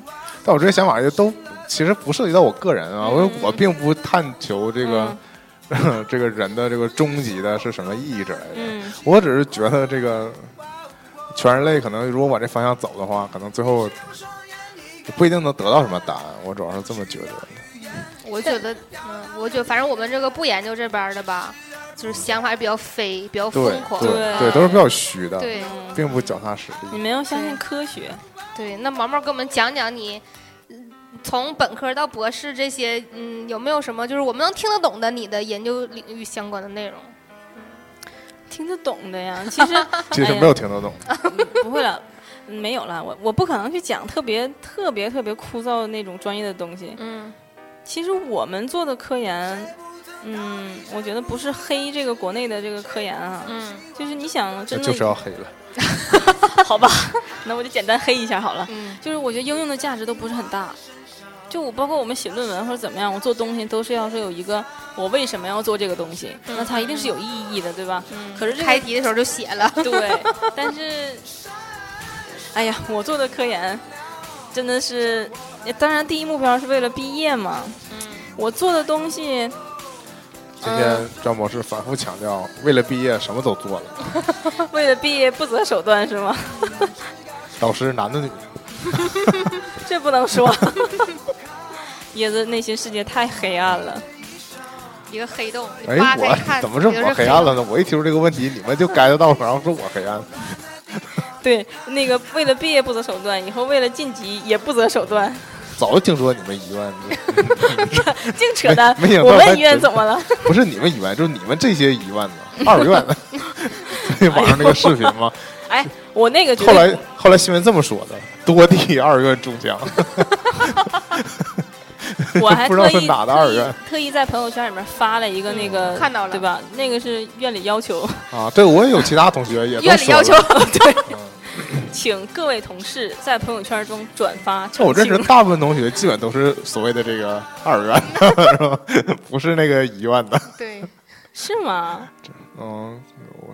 [SPEAKER 3] 但我这些想法就都其实不涉及到我个人啊，
[SPEAKER 4] 嗯
[SPEAKER 3] 我、我并不探求这个、 <laughs> 这个人的这个终极的是什么意义之类的，
[SPEAKER 4] 嗯
[SPEAKER 3] 我只是觉得这个全人类可能如果往这方向走的话，可能最后不一定能得到什么答案。我主要是这么觉得的。
[SPEAKER 2] 我觉得，嗯，我觉得反正我们这个不研究这边儿的吧，就是想法比较飞，比较
[SPEAKER 3] 对
[SPEAKER 2] 疯狂，
[SPEAKER 3] 对
[SPEAKER 4] 对
[SPEAKER 3] 对，都是比较虚的，
[SPEAKER 2] 对
[SPEAKER 4] 嗯，
[SPEAKER 3] 并不脚踏实
[SPEAKER 4] 你
[SPEAKER 3] 地。
[SPEAKER 4] 们要相信科学，
[SPEAKER 2] 对那毛毛给我们讲讲你。嗯从本科到博士这些，嗯，有没有什么就是我们能听得懂的你的研究领域相关的内容？
[SPEAKER 4] 听得懂的哎呀。其实嗯
[SPEAKER 3] 其实没有听得懂，
[SPEAKER 4] <laughs> 不会了，没有了。我我不可能去讲特别特别特别枯燥的那种专业的东西。
[SPEAKER 2] 嗯
[SPEAKER 4] 其实我们做的科研，嗯，我觉得不是黑这个国内的这个科研啊，
[SPEAKER 2] 嗯
[SPEAKER 4] 就是你想真的
[SPEAKER 3] 就是要黑了。
[SPEAKER 4] 好吧， <laughs> 那我就简单黑一下好了。
[SPEAKER 2] 嗯
[SPEAKER 4] 就是我觉得应用的价值都不是很大，就我包括我们写论文或者怎么样，我做东西都是要是有一个我为什么要做这个东西，
[SPEAKER 2] 嗯
[SPEAKER 4] 那它一定是有意义的，对吧？
[SPEAKER 2] 嗯
[SPEAKER 4] 可是这个 <laughs>
[SPEAKER 2] 开题的时候就写了，
[SPEAKER 4] 对，但是，哎呀，我做的科研真的是，当然第一目标是为了毕业嘛。我做的东西， <laughs>
[SPEAKER 3] 今
[SPEAKER 4] 嗯
[SPEAKER 3] 天张博士反复强调，为了毕业什么都做了。
[SPEAKER 4] 为了毕业不择手段是吗？
[SPEAKER 3] 导师男的女的，
[SPEAKER 4] <laughs> 这不能说。椰子内心世界太黑暗了。
[SPEAKER 2] 一个黑洞，你
[SPEAKER 3] <laughs> 哎
[SPEAKER 2] 扒，开
[SPEAKER 3] 我
[SPEAKER 2] 看
[SPEAKER 3] 怎么这么黑暗？了呢？我一提出这个问题，你们就 get 到了，然后说我黑暗。
[SPEAKER 4] 对，那个为了毕业不择手段，以后为了晋级也不择手段，
[SPEAKER 3] 早就听说你们医院，
[SPEAKER 4] 净扯淡。
[SPEAKER 3] 没没想到
[SPEAKER 4] 我
[SPEAKER 3] 还
[SPEAKER 4] 们医院
[SPEAKER 3] 真
[SPEAKER 4] 怎么了？
[SPEAKER 3] <laughs> 不是你们医院，就是你们这些医院呢，二院。所以网 <laughs> 上那个视频嘛，
[SPEAKER 4] 哎，我那个觉
[SPEAKER 3] 后
[SPEAKER 4] 得
[SPEAKER 3] 来后来新闻这么说的，多地二院中奖，
[SPEAKER 4] <laughs> 我
[SPEAKER 3] <laughs>
[SPEAKER 4] 还
[SPEAKER 3] 不知道
[SPEAKER 4] 特
[SPEAKER 3] 是
[SPEAKER 4] 意
[SPEAKER 3] 哪的
[SPEAKER 4] 特
[SPEAKER 3] 二
[SPEAKER 4] 意
[SPEAKER 3] 院
[SPEAKER 4] 特意在朋友圈里面发了一个那个，
[SPEAKER 2] 嗯看到了
[SPEAKER 4] 对吧？那个是院里要 <laughs> 求，
[SPEAKER 3] 啊！对我也有其他同学也都
[SPEAKER 2] 院里
[SPEAKER 3] 说
[SPEAKER 2] 要求
[SPEAKER 3] 了，
[SPEAKER 4] <laughs>
[SPEAKER 3] 嗯
[SPEAKER 4] 请各位同事在朋友圈中转发。
[SPEAKER 3] 哦那我认识
[SPEAKER 4] 澄清
[SPEAKER 3] 大部分同学基本都是所谓的这个二院的， <laughs> 是吧？不是那个医院的。
[SPEAKER 2] 对，
[SPEAKER 4] 是吗？
[SPEAKER 3] 嗯，我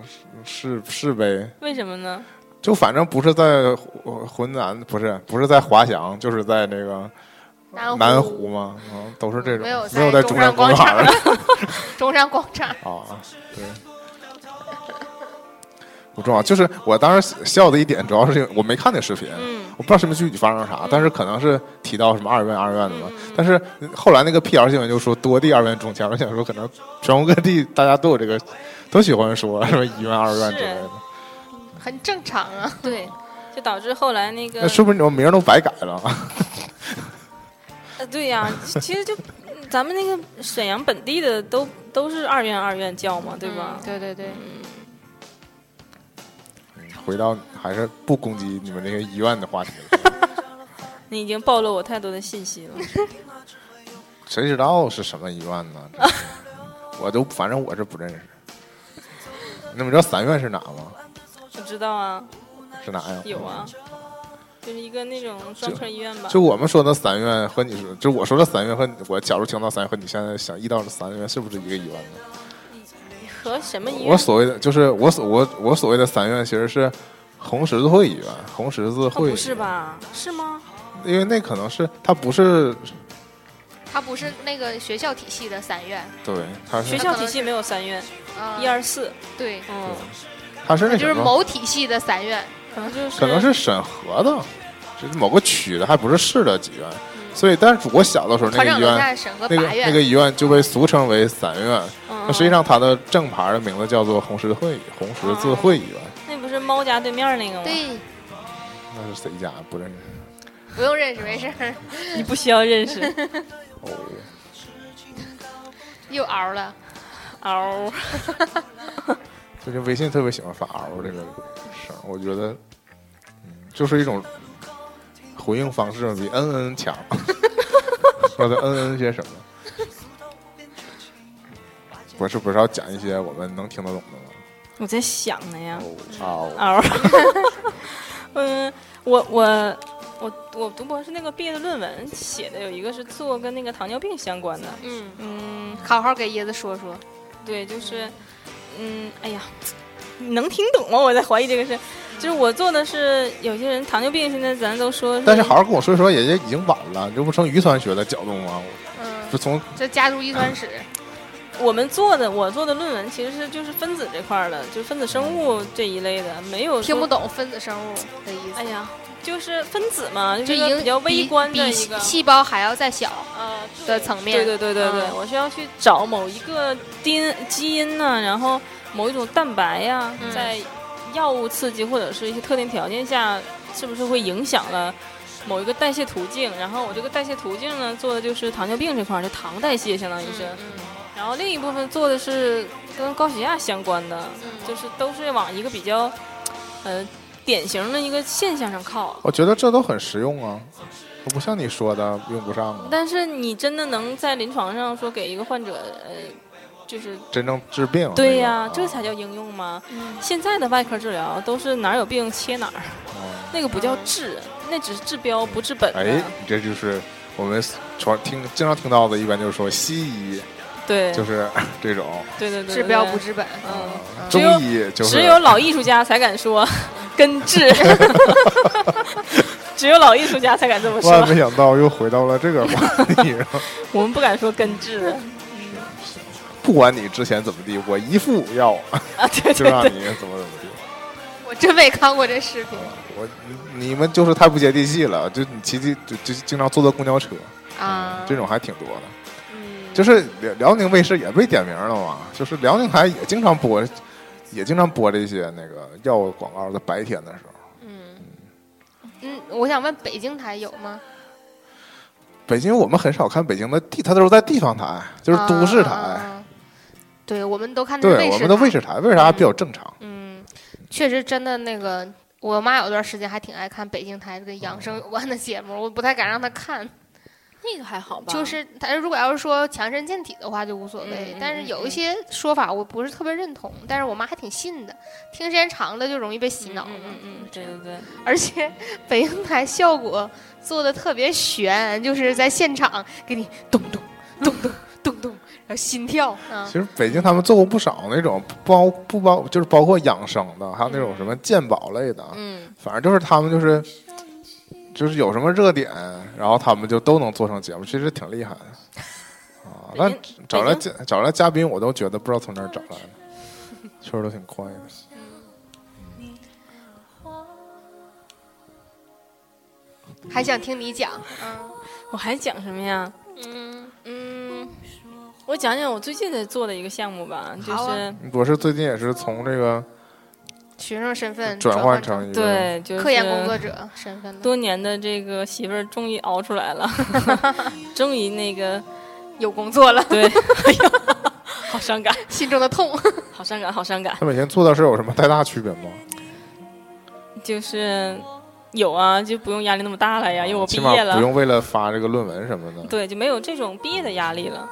[SPEAKER 3] 是是是呗，
[SPEAKER 4] 为什么呢？
[SPEAKER 3] 就反正不是在浑浑南，不是不是在华强，就是在那个
[SPEAKER 2] 南
[SPEAKER 3] 南湖嘛，嗯，都是这种，
[SPEAKER 2] 没
[SPEAKER 3] 没
[SPEAKER 2] 有在
[SPEAKER 3] 有在
[SPEAKER 2] 中
[SPEAKER 3] 中
[SPEAKER 2] 山
[SPEAKER 3] 山
[SPEAKER 2] 广
[SPEAKER 3] 公园
[SPEAKER 2] 场
[SPEAKER 3] 儿
[SPEAKER 2] 中山广场，
[SPEAKER 3] <laughs> 啊，对。不重要，就是我当时笑的一点，主要是因为我没看那视频，
[SPEAKER 4] 嗯，
[SPEAKER 3] 我不知道什么具体发生了啥，但是可能是提到什么二院二院的嘛。
[SPEAKER 2] 嗯
[SPEAKER 3] 但是后来那个辟谣新闻就说多地二院中枪，我想说可能全国各地大家都有这个，都喜欢说什么一院二院之类的。
[SPEAKER 2] 很正常啊。
[SPEAKER 4] 对，就导致后来那个
[SPEAKER 3] 那，是不是你们名儿都白改了？
[SPEAKER 4] 呃对呀、其其实就嗯咱们那个沈阳本地的都都是二院二院叫嘛，对吧？
[SPEAKER 2] 嗯对对对，
[SPEAKER 3] 回到还是不攻击你们这个医院的话题了， <laughs>
[SPEAKER 4] 你已经暴露我太多的信息了。
[SPEAKER 3] 谁知道是什么医院呢？这我都反正我是不认识。你们知道三院是哪吗？
[SPEAKER 4] 我知道啊，
[SPEAKER 3] 是哪呀？
[SPEAKER 4] 有啊，就是一个那种专科医院吧。
[SPEAKER 3] 就我们说的三院和你说，就我说的三院和你我假如听到三院和你现在想遇到的三院是不是一个医院呢？
[SPEAKER 4] 和什么医
[SPEAKER 3] 我
[SPEAKER 4] 院？
[SPEAKER 3] 所谓的就是我所我我所谓的三院其实是红十字会医院，红十字
[SPEAKER 4] 哦
[SPEAKER 3] 会、
[SPEAKER 4] 不是？吧？是吗？
[SPEAKER 3] 因为那可能是它不是
[SPEAKER 2] 它不是那个学校体系的三院，
[SPEAKER 3] 对，它
[SPEAKER 4] 学
[SPEAKER 3] 是
[SPEAKER 4] 校体系没有三院，
[SPEAKER 2] 啊
[SPEAKER 4] 一，二四，
[SPEAKER 2] 对，
[SPEAKER 4] 嗯，
[SPEAKER 3] 它是那
[SPEAKER 2] 就
[SPEAKER 3] 什
[SPEAKER 2] 是
[SPEAKER 3] 么？
[SPEAKER 2] 某体系的三院，
[SPEAKER 4] 可能就
[SPEAKER 3] 嗯
[SPEAKER 4] 是
[SPEAKER 3] 可能是审核的，就是某个区的，还不是市的医院。所以，但是我小的时候那
[SPEAKER 2] 团
[SPEAKER 3] 个
[SPEAKER 2] 长
[SPEAKER 3] 医
[SPEAKER 2] 楼
[SPEAKER 3] 院，
[SPEAKER 2] 下审核
[SPEAKER 3] 那个
[SPEAKER 2] 法
[SPEAKER 3] 那
[SPEAKER 2] 院
[SPEAKER 3] 个医院就被俗称为散院。
[SPEAKER 4] 嗯
[SPEAKER 3] 那实际上它的正牌的名字叫做红十字会红十字会医院。
[SPEAKER 4] 那不是猫家对面那个吗？
[SPEAKER 2] 对，
[SPEAKER 3] 那是谁家？不认识。
[SPEAKER 2] 不用认识，没事儿， <laughs>
[SPEAKER 4] 你不需要认识。
[SPEAKER 3] 哦，
[SPEAKER 2] 又熬了。
[SPEAKER 4] 嗷，
[SPEAKER 3] 最近微信特别喜欢发嗷这个声儿，我觉得，嗯，就是一种回应方式比嗯嗯强。 <laughs> 我的嗯嗯些什么？不是不是要讲一些我们能听得懂的吗？
[SPEAKER 4] 我在想呢呀，
[SPEAKER 3] 哦，
[SPEAKER 4] 嗷。 <laughs> 嗯，我我我我读博士那个毕业的论文写的有一个是做跟那个糖尿病相关的，
[SPEAKER 2] 嗯，
[SPEAKER 4] 嗯，
[SPEAKER 2] 好好给椰子说说。
[SPEAKER 4] 对，就是，嗯，哎呀，你能听懂吗？我在怀疑这个事，就是我做的是有些人糖尿病，现在咱都说，
[SPEAKER 3] 但是好，好跟我说一说，也也已经晚了，这不成遗传学的角度吗？
[SPEAKER 2] 嗯，
[SPEAKER 3] 就从
[SPEAKER 2] 这家族遗传史，
[SPEAKER 4] 我们做的我做的论文其实是就是分子这块儿的，就是分子生物这一类的，没有
[SPEAKER 2] 听不
[SPEAKER 4] 说，
[SPEAKER 2] 懂分子生物的意
[SPEAKER 4] 哎
[SPEAKER 2] 思，
[SPEAKER 4] 呀，就是分子嘛，就
[SPEAKER 2] 就是已
[SPEAKER 4] 一个
[SPEAKER 2] 经
[SPEAKER 4] 比较微
[SPEAKER 2] 比
[SPEAKER 4] 观的
[SPEAKER 2] 比
[SPEAKER 4] 一个
[SPEAKER 2] 细胞还要再小。
[SPEAKER 4] 呃
[SPEAKER 2] 的
[SPEAKER 4] 对
[SPEAKER 2] 层面
[SPEAKER 4] 对对对对对，
[SPEAKER 2] 嗯
[SPEAKER 4] 我是要去找某一个因基因呢、然后某一种蛋白呀、
[SPEAKER 2] 嗯
[SPEAKER 4] 在药物刺激或者是一些特定条件下，是不是会影响了某一个代谢途径？然后我这个代谢途径呢，做的就是糖尿病这块儿，就糖代谢相当
[SPEAKER 2] 嗯
[SPEAKER 4] 于嗯是。然后另一部分做的是跟高血压相关的，就是都是往一个比较，呃，典型的一个现象上靠。
[SPEAKER 3] 我觉得这都很实用啊，我不像你说的用不上啊，
[SPEAKER 4] 但是你真的能在临床上说给一个患者，呃，就是
[SPEAKER 3] 真正治病啊。
[SPEAKER 4] 对呀、
[SPEAKER 3] 那个
[SPEAKER 4] 这才叫应用吗？现在的外科治疗都是哪儿有病切哪儿，
[SPEAKER 3] 啊
[SPEAKER 4] 那个不叫治，那只是治标不治本的。啊
[SPEAKER 3] 哎，你这就是我们传听经常听到的，一般就是说西医
[SPEAKER 4] 对，
[SPEAKER 3] 就是这种，
[SPEAKER 4] 对对对对，
[SPEAKER 2] 治标
[SPEAKER 4] 对
[SPEAKER 2] 不。治本，
[SPEAKER 4] 嗯，只
[SPEAKER 3] 中
[SPEAKER 4] 有
[SPEAKER 3] 医就是
[SPEAKER 4] 只有老艺术家才敢说根
[SPEAKER 3] <laughs>
[SPEAKER 4] 治，只有老艺术家才敢这么
[SPEAKER 3] 万万
[SPEAKER 4] 说，
[SPEAKER 3] 没想到又回到了这个话题
[SPEAKER 4] <laughs>
[SPEAKER 3] 上。
[SPEAKER 4] 我们不敢说根治
[SPEAKER 3] 不管你之前怎么地，我一副
[SPEAKER 4] <laughs>
[SPEAKER 3] 药
[SPEAKER 4] 啊。对
[SPEAKER 3] 就
[SPEAKER 4] 对
[SPEAKER 3] 让
[SPEAKER 4] 对，
[SPEAKER 3] 你怎么怎么地。
[SPEAKER 2] 我真没看过这视频
[SPEAKER 3] 我你你们就是太不接地气了，就你骑骑就就经常坐坐公交车，
[SPEAKER 2] 啊，
[SPEAKER 3] 这种还挺多的。
[SPEAKER 4] 嗯，
[SPEAKER 3] 就是辽辽宁卫视也被点名了嘛，就是辽宁台也经常播，也经常播这些那个药物广告，在白天的时候。
[SPEAKER 4] 嗯，
[SPEAKER 2] 嗯，我想问北京台有吗？
[SPEAKER 3] 北京我们很少看北京的地，它都是在地方台，就是都市台。
[SPEAKER 2] 啊对，我们都看的是
[SPEAKER 3] 对，我们的
[SPEAKER 2] 台
[SPEAKER 3] 卫视台为啥比较正常？
[SPEAKER 2] 嗯，确实真的那个，我妈有段时间还挺爱看北京台跟养生有关的节目，我不太敢让她
[SPEAKER 4] 嗯
[SPEAKER 2] 看。
[SPEAKER 4] 那个还好吧，
[SPEAKER 2] 就是她如果要是说强身健体的话就无所谓，
[SPEAKER 4] 啊嗯嗯
[SPEAKER 2] 但是
[SPEAKER 4] 嗯
[SPEAKER 2] 有
[SPEAKER 4] 嗯
[SPEAKER 2] 一些说法我不是特别认同，但是我妈还挺信的，听时间长了就容易被洗
[SPEAKER 4] 嗯
[SPEAKER 2] 脑了。
[SPEAKER 4] 嗯嗯嗯，对对对，
[SPEAKER 2] 而且 <laughs> 北京台效果做的特别悬，就是在现场给你咚咚咚咚咚咚，然后心跳啊
[SPEAKER 4] 嗯
[SPEAKER 3] 其，实北京他们做过不少那种包不包，就是包括养生的，还有那种什么鉴宝类的，
[SPEAKER 2] 嗯
[SPEAKER 3] 反正就是他们就是就是有什么热点，然后他们就都能做成节目，其实挺厉害的。啊，
[SPEAKER 4] 北
[SPEAKER 3] 那
[SPEAKER 4] 京
[SPEAKER 3] 找来
[SPEAKER 4] 北
[SPEAKER 3] 嘉找来嘉宾，我都觉得不知道从哪儿找来的，确实都挺快的。
[SPEAKER 2] 还想听你讲，
[SPEAKER 4] 我还讲什么呀？
[SPEAKER 2] 嗯
[SPEAKER 4] 嗯，我讲讲我最近在做的一个项目吧，就
[SPEAKER 2] 好啊
[SPEAKER 4] 是
[SPEAKER 3] 我是最近也是从这个
[SPEAKER 2] 学生身份
[SPEAKER 3] 转
[SPEAKER 2] 嗯换
[SPEAKER 3] 换成一个
[SPEAKER 4] 对，就是
[SPEAKER 2] 科研工作者身份了，
[SPEAKER 4] 多年的这个媳妇儿终于熬
[SPEAKER 2] <laughs>
[SPEAKER 4] 出来了，终于那个
[SPEAKER 2] 有工作了，
[SPEAKER 4] 对， <laughs> 哎呦，好伤感，
[SPEAKER 2] 心中的
[SPEAKER 4] <laughs>
[SPEAKER 2] 痛。
[SPEAKER 4] 好伤感，好伤感，
[SPEAKER 3] 他每天做的事儿有什么太大区别吗？
[SPEAKER 4] 就是有啊，就不用压力那么大了呀，因为我毕
[SPEAKER 3] 起码
[SPEAKER 4] 业
[SPEAKER 3] 不
[SPEAKER 4] 了，
[SPEAKER 3] 用为了发这个论文什么的。
[SPEAKER 4] 对，就没有这种毕业的压力了。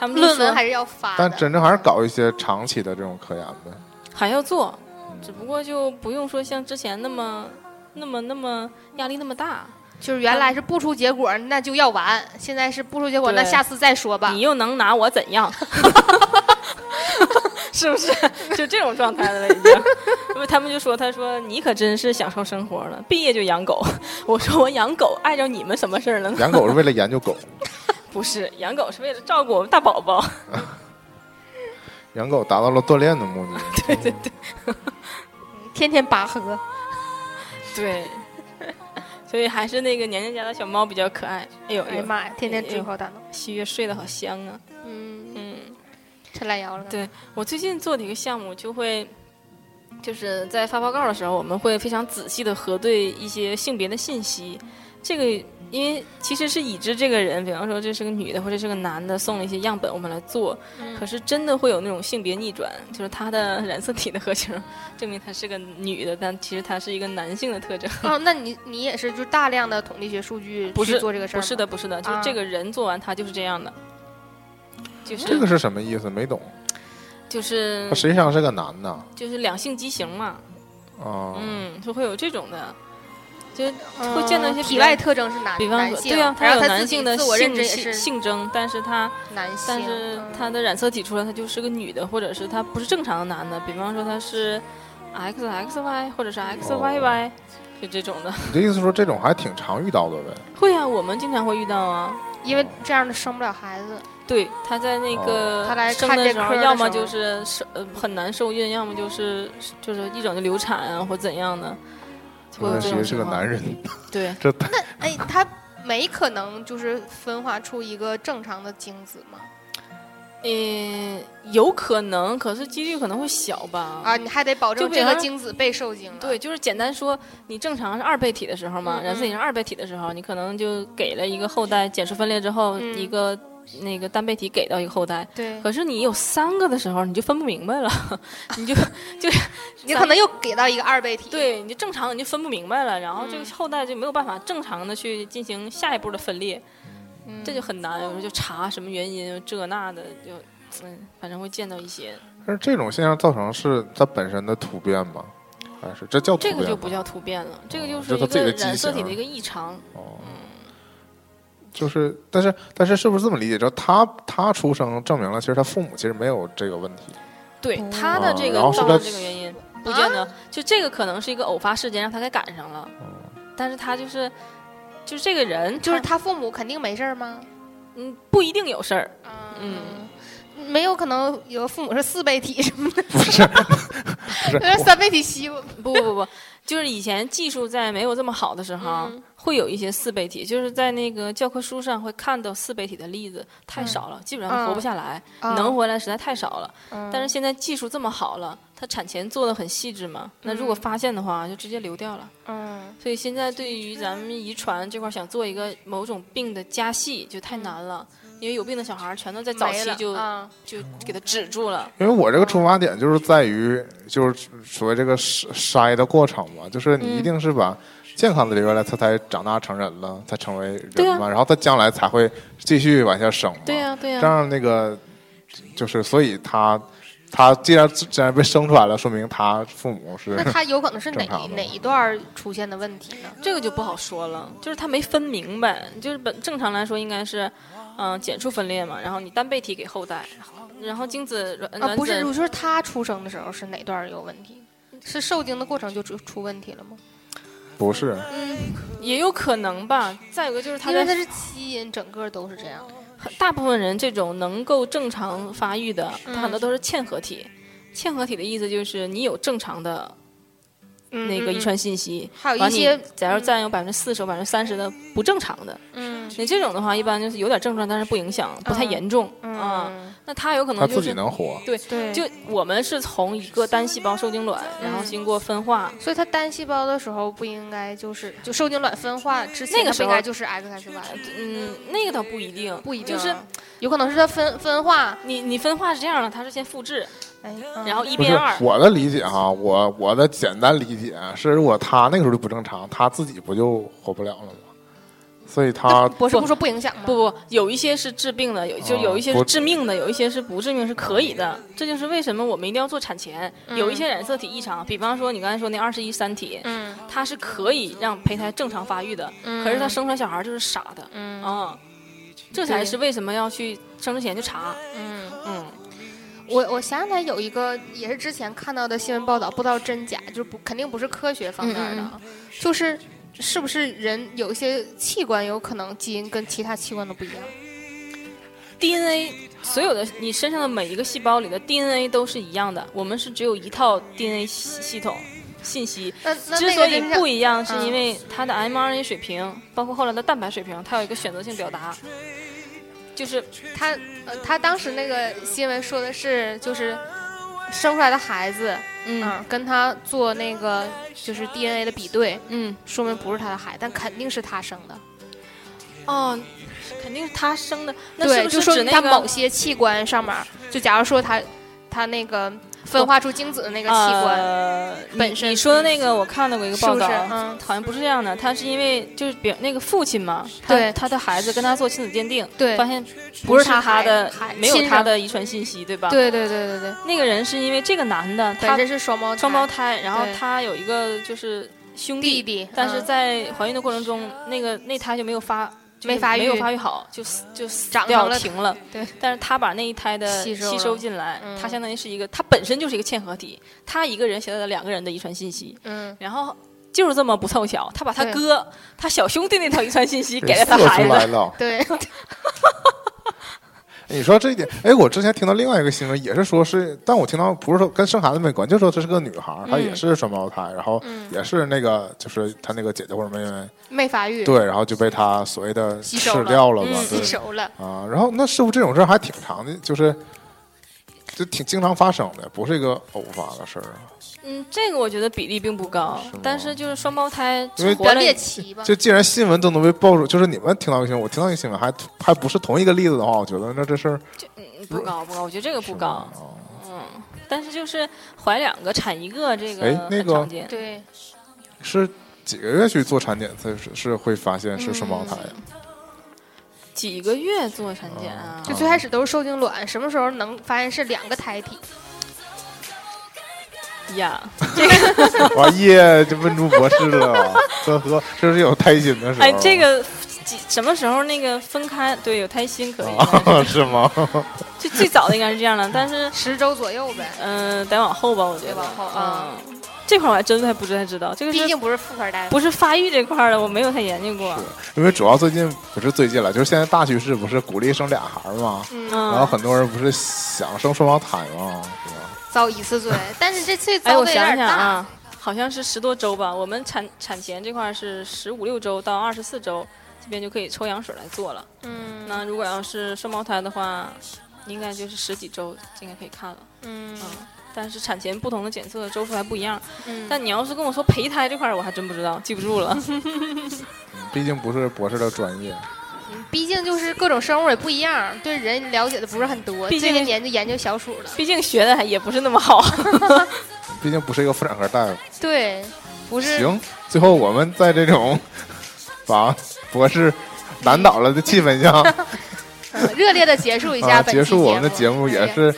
[SPEAKER 4] 他们就
[SPEAKER 2] 论文
[SPEAKER 4] 说
[SPEAKER 2] 还是要发
[SPEAKER 3] 但
[SPEAKER 2] 的，
[SPEAKER 3] 真正还是搞一些长期的这种科研呗。
[SPEAKER 4] 还要做，只不过就不用说像之前那么那么那么压力那么大。
[SPEAKER 2] 就是原来是不出结果那就要完，现在是不出结果
[SPEAKER 4] 对
[SPEAKER 2] 那下次再说吧
[SPEAKER 4] 你。又能拿我怎样？ <laughs> 是不 <laughs> 是就这种状态了已经？因为他们就说，他说你可真是享受生活了，毕业就养狗。 <laughs> 我说我养狗碍着你们什么事儿了呢？
[SPEAKER 3] 养狗是为了研究狗，
[SPEAKER 4] 不是，养狗是为了照顾我们大宝宝。
[SPEAKER 3] 养狗达到了锻炼的目
[SPEAKER 4] <laughs>
[SPEAKER 3] 的。
[SPEAKER 4] 对对对
[SPEAKER 2] 天天拔河，
[SPEAKER 4] <laughs> 对，所以还是那个年年家的小猫比较可爱。哎呦
[SPEAKER 2] 哎呀妈呀，天天追跑打闹。
[SPEAKER 4] 七月睡得好香啊！
[SPEAKER 2] 嗯，
[SPEAKER 4] 嗯。
[SPEAKER 2] 抻懒腰了呢。
[SPEAKER 4] 对我最近做的一个项目，就会就是在发报告的时候，我们会非常仔细的核对一些性别的信息。这个因为其实是已知这个人，比方说这是个女的或者是个男的，送了一些样本我们来做，
[SPEAKER 2] 嗯
[SPEAKER 4] 可是真的会有那种性别逆转，就是他的染色体的合成证明他是个女的，但其实他是一个男性的特征。 <laughs>
[SPEAKER 2] 哦，那你你也是就大量的统计学数据
[SPEAKER 4] 不
[SPEAKER 2] 去
[SPEAKER 4] 是
[SPEAKER 2] 做这个事儿
[SPEAKER 4] 不
[SPEAKER 2] 吗？
[SPEAKER 4] 是的，不是的，就是
[SPEAKER 2] 啊
[SPEAKER 4] 这个人做完他就是这样的，就是
[SPEAKER 2] 嗯
[SPEAKER 3] 这个是什么意思？没懂。
[SPEAKER 4] 嗯就是
[SPEAKER 3] 他实际上是个男的
[SPEAKER 4] 就是两性畸形嘛。
[SPEAKER 3] 啊。
[SPEAKER 4] 嗯，就会有这种的，
[SPEAKER 2] 啊
[SPEAKER 4] 就
[SPEAKER 2] 嗯，
[SPEAKER 4] 会见到一些比
[SPEAKER 2] 体
[SPEAKER 4] 较
[SPEAKER 2] 外特征是男
[SPEAKER 4] 比方
[SPEAKER 2] 男
[SPEAKER 4] 说，
[SPEAKER 2] 性，
[SPEAKER 4] 对啊，
[SPEAKER 2] 然
[SPEAKER 4] 有
[SPEAKER 2] 后
[SPEAKER 4] 男
[SPEAKER 2] 自己
[SPEAKER 4] 性的
[SPEAKER 2] 自我认
[SPEAKER 4] 性
[SPEAKER 2] 知
[SPEAKER 4] 性
[SPEAKER 2] 也是
[SPEAKER 4] 性征，但是他
[SPEAKER 2] 男性，
[SPEAKER 4] 但是
[SPEAKER 2] 嗯
[SPEAKER 4] 他的染色体出来，他就是个女的，或者是他不是正常的男的，比方说他是 X X Y 或者
[SPEAKER 2] 哦
[SPEAKER 4] 是 X Y Y，就这种的。
[SPEAKER 3] 你的意思说这种还挺常遇到的呗？
[SPEAKER 4] 会啊，我们经常会遇到啊。
[SPEAKER 2] 因为这样的生不了孩子，
[SPEAKER 4] 对，他在那
[SPEAKER 2] 哦
[SPEAKER 4] 个
[SPEAKER 2] 他来
[SPEAKER 4] 生
[SPEAKER 2] 看
[SPEAKER 4] 的
[SPEAKER 2] 这
[SPEAKER 4] 时候，
[SPEAKER 2] 科儿的
[SPEAKER 4] 要么
[SPEAKER 2] 时候
[SPEAKER 4] 就是受呃很难受孕，要么就是就是一整就流产啊或怎样的，就会有
[SPEAKER 3] 那
[SPEAKER 4] 这
[SPEAKER 3] 其
[SPEAKER 4] 种
[SPEAKER 3] 实是
[SPEAKER 4] 情
[SPEAKER 3] 个
[SPEAKER 4] 况。
[SPEAKER 3] 男人，
[SPEAKER 4] 对，
[SPEAKER 3] 这太
[SPEAKER 2] 哎，他没可能就是分化出一个正常的精子吗？
[SPEAKER 4] 嗯，有可能，可是几率可能会小吧。
[SPEAKER 2] 啊，你还得保证
[SPEAKER 4] 就比
[SPEAKER 2] 这个
[SPEAKER 4] 方
[SPEAKER 2] 精子被受精了。啊
[SPEAKER 4] 对，，就是简单说，你正常是二倍体的时候嘛
[SPEAKER 2] 嗯，嗯
[SPEAKER 4] 染色体是二倍体的时候，你可能就给了一个后代，减数分裂之后，
[SPEAKER 2] 嗯
[SPEAKER 4] 一个那个单倍体给到一个后代。
[SPEAKER 2] 对，
[SPEAKER 4] 可是你有三个的时候，你就分不明白了， <laughs>
[SPEAKER 2] <laughs>
[SPEAKER 4] 你就
[SPEAKER 2] 你可能又给到一个二倍体。，
[SPEAKER 4] 对，你就正常你就分不明白了，然后这个
[SPEAKER 2] 嗯
[SPEAKER 4] 后代就没有办法正常的去进行下一步的分裂，
[SPEAKER 2] 嗯
[SPEAKER 4] 这就很难。有时候就查什么原因，这那的就，嗯，反正会见到一些。
[SPEAKER 3] 但是这种现象造成是它本身的突变吗？还是这叫突
[SPEAKER 4] 这
[SPEAKER 3] 变吗？
[SPEAKER 4] 个就不叫突变了，这个就
[SPEAKER 3] 哦
[SPEAKER 4] 是
[SPEAKER 3] 这
[SPEAKER 4] 一
[SPEAKER 3] 它自己
[SPEAKER 4] 个
[SPEAKER 3] 的畸
[SPEAKER 4] 染色体
[SPEAKER 3] 形啊
[SPEAKER 4] 的一个异常。
[SPEAKER 3] 哦。就是，但是但是是不是这么理解？就他他出生证明了，其实他父母其实没有这个问题。
[SPEAKER 4] 对
[SPEAKER 2] 哦啊
[SPEAKER 4] 他的这个
[SPEAKER 3] 然后是
[SPEAKER 4] 造
[SPEAKER 3] 在
[SPEAKER 4] 成这个原因，不见得就这个可能是一个偶发事件，让他给赶上了。
[SPEAKER 3] 嗯
[SPEAKER 4] 但是他就是就是这个人，
[SPEAKER 2] 就是
[SPEAKER 4] 他
[SPEAKER 2] 他父母肯定没事儿吗？
[SPEAKER 4] 嗯不一定有事儿，
[SPEAKER 2] 嗯，没有可能 <laughs> 有父母是四倍体什么的，
[SPEAKER 3] 不是，不是
[SPEAKER 4] <laughs>
[SPEAKER 2] 有点三倍体吸我。
[SPEAKER 4] 不不不，就是以前技术在没有这么好的时候，
[SPEAKER 2] 嗯
[SPEAKER 4] 会有一些四倍体，就是在那个教科书上会看到四倍体的例子，
[SPEAKER 2] 嗯
[SPEAKER 4] 太少了，基本上活不下来，
[SPEAKER 2] 啊
[SPEAKER 4] 能活下来实在太少了。
[SPEAKER 2] 嗯
[SPEAKER 4] 但是现在技术这么好了，它产前做的很细致嘛，那如果发现的话，就直接流掉了。
[SPEAKER 2] 嗯
[SPEAKER 4] 所以现在对于咱们遗传这块儿想做一个某种病的加戏，就太难了，因为有病的小孩儿全都在早
[SPEAKER 2] 嗯没
[SPEAKER 4] 期
[SPEAKER 2] 了
[SPEAKER 4] 就、
[SPEAKER 2] 啊
[SPEAKER 4] 就给他止住了。
[SPEAKER 3] 因为我这个出发点就是在于，就是所谓这个筛筛的过程嘛，就是你
[SPEAKER 4] 嗯
[SPEAKER 3] 一定是把健康的留下来，他才长大成人了，才成为
[SPEAKER 4] 对
[SPEAKER 3] 人
[SPEAKER 4] 啊
[SPEAKER 3] 嘛，然后他将来才会继续往下生嘛。
[SPEAKER 4] 对啊呀、对呀、
[SPEAKER 3] 这样那个就是，所以他他既然既然被生出来了，说明他父母是
[SPEAKER 2] 那他有可能是哪
[SPEAKER 3] 正常的
[SPEAKER 2] 哪一段儿出现的问题呢？
[SPEAKER 4] 这个就不好说了，就是他没分明白，就是本正常来说应该是，嗯、减数分裂嘛，然后你单倍体给后代，然后精子卵
[SPEAKER 2] 啊，
[SPEAKER 4] 卵
[SPEAKER 2] 不是，
[SPEAKER 4] 子
[SPEAKER 2] 我说他出生的时候是哪段儿有问题？是受精的过程就出出问题了吗？
[SPEAKER 3] 不是？
[SPEAKER 4] 也有可能吧。再有一个就是他
[SPEAKER 2] 因为它
[SPEAKER 4] 在
[SPEAKER 2] 是基因，整个都是这样的。
[SPEAKER 4] 大部分人这种能够正常发育的，
[SPEAKER 2] 嗯
[SPEAKER 4] 他很多都是嵌合体。嵌合体的意思就是你有正常的那
[SPEAKER 2] 嗯
[SPEAKER 4] 个遗传信息，
[SPEAKER 2] 还有
[SPEAKER 4] 完
[SPEAKER 2] 一
[SPEAKER 4] 你
[SPEAKER 2] 些，
[SPEAKER 4] 假如占有百分之四十、百分之三十的不正常的，
[SPEAKER 2] 嗯
[SPEAKER 4] 你这种的话一般就是有点症状，但是不影响，不太
[SPEAKER 2] 嗯
[SPEAKER 4] 严重啊。
[SPEAKER 2] 嗯，
[SPEAKER 4] 那他有可能
[SPEAKER 3] 他
[SPEAKER 4] 就
[SPEAKER 3] 自己
[SPEAKER 4] 是
[SPEAKER 3] 能活，
[SPEAKER 2] 对，
[SPEAKER 4] 就我们是从一个单细胞受精卵，然
[SPEAKER 2] 嗯
[SPEAKER 4] 后经过分化，
[SPEAKER 2] 所以它单细胞的时候不应该就是就受精卵分化之前，
[SPEAKER 4] 那个
[SPEAKER 2] 它不
[SPEAKER 4] 时候
[SPEAKER 2] 应该就是 X X Y，
[SPEAKER 4] 嗯，那个倒不一定，
[SPEAKER 2] 不一定啊，
[SPEAKER 4] 就是
[SPEAKER 2] 有可能是它分分化，
[SPEAKER 4] 你你分化是这样的，它是先复制，
[SPEAKER 2] 哎，
[SPEAKER 4] 然后一
[SPEAKER 3] 不是
[SPEAKER 4] 变二，
[SPEAKER 3] 我的理解哈、我我的简单理解是，如果他那个时候就不正常，他自己不就活不了了吗？所以
[SPEAKER 4] <laughs>
[SPEAKER 3] 他
[SPEAKER 2] 博士不说不影响吗？
[SPEAKER 4] 不不，有一些是治病的，有就
[SPEAKER 3] 哦
[SPEAKER 4] 有一些
[SPEAKER 3] 不
[SPEAKER 4] 是致命的，有一些是不致命是可以的。这就是为什么我们一定要做产前。有一些染色体异常，比方说你刚才说那二十一三体，
[SPEAKER 2] 嗯
[SPEAKER 4] 它是可以让胚胎正常发育的，
[SPEAKER 2] 嗯
[SPEAKER 4] 可是它生出来小孩就是傻的，嗯啊，这才是为什么要去生之前去查，
[SPEAKER 2] 嗯。
[SPEAKER 4] 嗯。
[SPEAKER 2] 我我想起来有一个也是之前看到的新闻报道，不知道真假，就是不肯定不是科学方面的，
[SPEAKER 4] 嗯
[SPEAKER 2] 啊，就是是不是人有一些器官有可能基因跟其他器官都不一样？
[SPEAKER 4] DNA 所有的你身上的每一个细胞里的 DNA 都是一样的，我们是只有一套 DNA 系系统信息。
[SPEAKER 2] 那那
[SPEAKER 4] 之
[SPEAKER 2] 那
[SPEAKER 4] 所
[SPEAKER 2] 个
[SPEAKER 4] 以
[SPEAKER 2] 真
[SPEAKER 4] 不
[SPEAKER 2] 是
[SPEAKER 4] 一样，是嗯因为它的 mRNA 水平，包括后来的蛋白水平，它有一个选择性表达，就是
[SPEAKER 2] 他呃他当时那个新闻说的是就是生出来的孩子，
[SPEAKER 4] 嗯
[SPEAKER 2] 嗯，跟他做那个就是 DNA 的比对，
[SPEAKER 4] 嗯
[SPEAKER 2] 说明不是他的孩子，但肯定是他生的。
[SPEAKER 4] 哦，肯定是他生的，那
[SPEAKER 2] 对，
[SPEAKER 4] 是不
[SPEAKER 2] 就是说
[SPEAKER 4] 指
[SPEAKER 2] 明
[SPEAKER 4] 那
[SPEAKER 2] 他某
[SPEAKER 4] 个？
[SPEAKER 2] 些器官上面儿，就假如说他他那个分化出精子的那个器官，
[SPEAKER 4] 呃，你
[SPEAKER 2] 本身
[SPEAKER 4] 你说的那个，我看到过一个
[SPEAKER 2] 是不
[SPEAKER 4] 报
[SPEAKER 2] 是
[SPEAKER 4] 道，啊
[SPEAKER 2] 嗯
[SPEAKER 4] 好像不是这样的，他是因为就是比那个父亲嘛，他
[SPEAKER 2] 对
[SPEAKER 4] 他的孩子跟他做亲子鉴定，
[SPEAKER 2] 对
[SPEAKER 4] 发现
[SPEAKER 2] 不
[SPEAKER 4] 不
[SPEAKER 2] 是
[SPEAKER 4] 是
[SPEAKER 2] 他
[SPEAKER 4] 他的
[SPEAKER 2] 孩，
[SPEAKER 4] 没有
[SPEAKER 2] 亲
[SPEAKER 4] 他
[SPEAKER 2] 生
[SPEAKER 4] 的遗传信息，对吧？，
[SPEAKER 2] 对对对对对，
[SPEAKER 4] 那个人是因为这个男的
[SPEAKER 2] 本
[SPEAKER 4] 他
[SPEAKER 2] 身是双胞
[SPEAKER 4] 双胞
[SPEAKER 2] 胎
[SPEAKER 4] 胎，然后
[SPEAKER 2] 对
[SPEAKER 4] 他有一个就是兄
[SPEAKER 2] 弟
[SPEAKER 4] 弟，
[SPEAKER 2] 弟，
[SPEAKER 4] 但是
[SPEAKER 2] 嗯
[SPEAKER 4] 在怀孕的过程中，那个那胎就没有发。就是
[SPEAKER 2] 没发育
[SPEAKER 4] 没有发育好，就死就死
[SPEAKER 2] 长
[SPEAKER 4] 掉
[SPEAKER 2] 成了
[SPEAKER 4] 停了。
[SPEAKER 2] 对，
[SPEAKER 4] 但是他把那一胎的
[SPEAKER 2] 吸
[SPEAKER 4] 吸
[SPEAKER 2] 收了
[SPEAKER 4] 收进来，
[SPEAKER 2] 嗯
[SPEAKER 4] 他相当于是一个，他本身就是一个嵌合体，他一个人携带了两个人的遗传信息，
[SPEAKER 2] 嗯，
[SPEAKER 4] 然后就是这么不凑巧，他把他
[SPEAKER 2] 对
[SPEAKER 4] 哥、他小兄弟那套遗传信息
[SPEAKER 3] 给
[SPEAKER 4] 给了他
[SPEAKER 3] 射
[SPEAKER 4] 孩
[SPEAKER 3] 出来
[SPEAKER 4] 子。
[SPEAKER 3] 了。
[SPEAKER 2] 对，
[SPEAKER 3] 你说这一点，哎，我之前听到另外一个新闻，也是说是，但我听到不是说跟生孩子没关，就说这是个女孩儿，她
[SPEAKER 4] 嗯
[SPEAKER 3] 也是双胞胎，然后也是那个就是她那个姐姐或者妹妹，
[SPEAKER 2] 没发育，
[SPEAKER 3] <laughs> 对，然后就被她所谓的
[SPEAKER 2] 吸收
[SPEAKER 3] 吃
[SPEAKER 2] 了
[SPEAKER 3] 掉了嘛
[SPEAKER 4] 嗯，
[SPEAKER 3] 对
[SPEAKER 2] 吸收了，
[SPEAKER 3] 啊，然后那似乎这种事儿还挺常的，就是就挺经常发生的，不是一个偶发的事儿啊。
[SPEAKER 4] 嗯，这个我觉得比例并不高，
[SPEAKER 3] 吗
[SPEAKER 4] 但是就是双胞胎
[SPEAKER 3] 因为
[SPEAKER 4] 活了
[SPEAKER 2] 猎奇吧，
[SPEAKER 3] 就既然新闻都能被爆出，就是你们听到一个新闻，我听到一个新闻，还还不是同一个例子的话，我觉得那这事儿
[SPEAKER 2] 嗯
[SPEAKER 4] 不高不高，我觉得这个不
[SPEAKER 3] 是
[SPEAKER 4] 高
[SPEAKER 3] 吗。哦
[SPEAKER 4] 嗯，但是就是怀两个产一个，这个
[SPEAKER 3] 哎那
[SPEAKER 4] 很
[SPEAKER 3] 个
[SPEAKER 4] 常见。
[SPEAKER 2] 对，
[SPEAKER 3] 是几个月去做产检才是是会发现是双胞胎啊呀？
[SPEAKER 4] 几个月做产检啊？
[SPEAKER 2] 就最开始都是受精卵，什么时候能发现是两个胎体？
[SPEAKER 4] 呀，
[SPEAKER 3] 啊 <laughs> 哇耶，这问出博士了， <laughs> 呵呵，这是有胎心的时候。
[SPEAKER 4] 哎，这个几什么时候那个分开？对，有胎心可以。
[SPEAKER 3] 啊 <laughs> 是吗？ <laughs>
[SPEAKER 4] 就最早的应该是这样的，但是
[SPEAKER 2] 十周左右呗，
[SPEAKER 4] 嗯，得往后吧，我觉得。
[SPEAKER 2] 得往后啊
[SPEAKER 4] 嗯，这块儿我还真还不太知道，这个
[SPEAKER 2] 毕
[SPEAKER 4] 是
[SPEAKER 2] 竟不是妇科大夫，
[SPEAKER 4] 不是发育这块儿的，我没有太研究过。
[SPEAKER 3] 因为主要最近不是最近了，就是现在大趋势不是鼓励生俩孩儿吗？
[SPEAKER 4] 嗯，
[SPEAKER 3] 然后很多人不是想生双胞胎吗？是吧
[SPEAKER 2] <laughs> 遭一次罪，但是这次
[SPEAKER 4] 哎，
[SPEAKER 2] 遭
[SPEAKER 4] 我
[SPEAKER 2] 的有
[SPEAKER 4] 想
[SPEAKER 2] 点
[SPEAKER 4] 想
[SPEAKER 2] 大，
[SPEAKER 4] 啊，好像是十多周吧。我们产产前这块儿是十五六周到二十四周，这边就可以抽羊水来做了。
[SPEAKER 2] 嗯
[SPEAKER 4] 那如果要是双胞胎的话，应该就是十几周应该可以看了。
[SPEAKER 2] 嗯
[SPEAKER 4] 嗯，但是产前不同的检测周数还不一样。
[SPEAKER 2] 嗯，
[SPEAKER 4] 但你要是跟我说胚胎这块儿，我还真不知道，记不住了。 <laughs>
[SPEAKER 3] 毕竟不是博士的专业。
[SPEAKER 2] 毕竟就是各种生物也不一样，对人了解的不是很多。
[SPEAKER 4] 毕
[SPEAKER 2] 这
[SPEAKER 4] 竟
[SPEAKER 2] 些年就研究小鼠了，
[SPEAKER 4] 毕竟学的还也不是那么好。 <laughs>
[SPEAKER 3] 毕竟不是一个妇产科大夫。
[SPEAKER 2] 对，不是
[SPEAKER 3] 行，最后我们在这种 <laughs> 把博士难倒了的气氛下
[SPEAKER 2] 嗯热烈的结束一下
[SPEAKER 3] 啊，
[SPEAKER 2] 本期
[SPEAKER 3] 结束我们的节目，
[SPEAKER 2] 目
[SPEAKER 3] 也是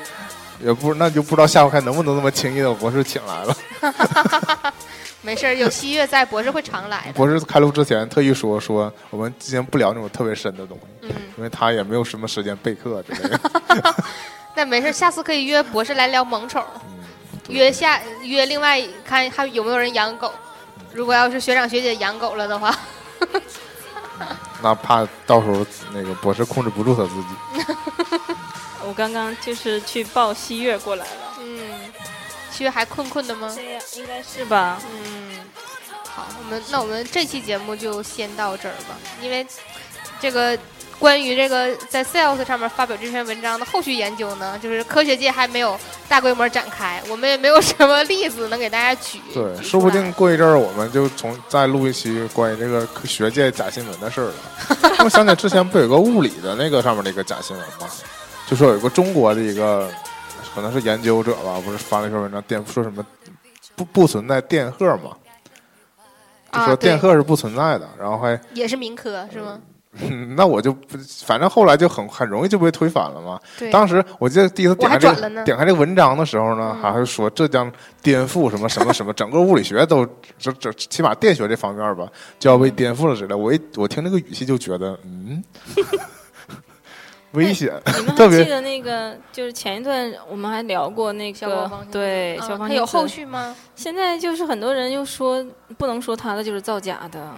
[SPEAKER 3] 也不那就不知道下回还能不能那么轻易的把博士请来了。
[SPEAKER 2] 没事儿，有七月在，博士会常来的。
[SPEAKER 3] 博士开录之前特意说说我们今天不聊那种特别深的东西，
[SPEAKER 2] 嗯，
[SPEAKER 3] 因为他也没有什么时间备课之类的。 <laughs>
[SPEAKER 2] 那没事儿，下次可以约博士来聊萌宠，
[SPEAKER 3] 嗯
[SPEAKER 2] 约下约另外看还有没有人养狗。如果要是学长学姐养狗了的话，
[SPEAKER 3] 那怕到时候那个博士控制不住
[SPEAKER 2] <laughs>
[SPEAKER 3] 他自己。
[SPEAKER 4] 我刚刚就是去抱西月过来了。
[SPEAKER 2] 嗯，七月还困困的吗？
[SPEAKER 4] 这样应该是
[SPEAKER 2] <laughs>
[SPEAKER 4] 吧？
[SPEAKER 2] 嗯，好，我们那我们这期节目就先到这儿吧，因为这个关于这个在 Sales 上面发表这篇文章的后续研究呢，就是科学界还没有大规模展开，我们也没有什么例子能给大家举。
[SPEAKER 3] 对，
[SPEAKER 2] 举出
[SPEAKER 3] 说不
[SPEAKER 2] 来
[SPEAKER 3] 定过一阵儿我们就从再录一期关于这个科学界假新闻的事儿了。 <laughs> 我想起之前不有个物理的那个上面的一个假新闻吗？就说有一个中国的一个可能是研究者吧，不是发了一篇文章电说什么不不存在电荷嘛，就
[SPEAKER 2] 啊，
[SPEAKER 3] 说电
[SPEAKER 2] 对，
[SPEAKER 3] 荷是不存在的，然后还
[SPEAKER 2] 也是民科是吗？
[SPEAKER 3] 嗯那我就不反正后来就很很容易就被推翻了嘛。
[SPEAKER 2] 对，
[SPEAKER 3] 当时我记得第一次点开这
[SPEAKER 2] 我还转了
[SPEAKER 3] 个
[SPEAKER 2] 呢
[SPEAKER 3] 点开这个文章的时候呢，
[SPEAKER 2] 嗯
[SPEAKER 3] 还是说这将颠覆什么什么什么，整个物理学都这这起码电学这方面吧就要被颠覆了之类的。我一我听这个语气就觉得，
[SPEAKER 2] <laughs>
[SPEAKER 3] 嗯，危险。
[SPEAKER 4] 你们
[SPEAKER 3] 特
[SPEAKER 4] 还
[SPEAKER 3] 别
[SPEAKER 4] 记得那个，就是前一段我们还聊过那
[SPEAKER 2] 消防
[SPEAKER 4] 个
[SPEAKER 2] 方，
[SPEAKER 4] 对，
[SPEAKER 2] 啊
[SPEAKER 4] 消防
[SPEAKER 2] 它有
[SPEAKER 4] 因子
[SPEAKER 2] 后。续吗？
[SPEAKER 4] 现在就是很多人又说，不能说他的就是造假的，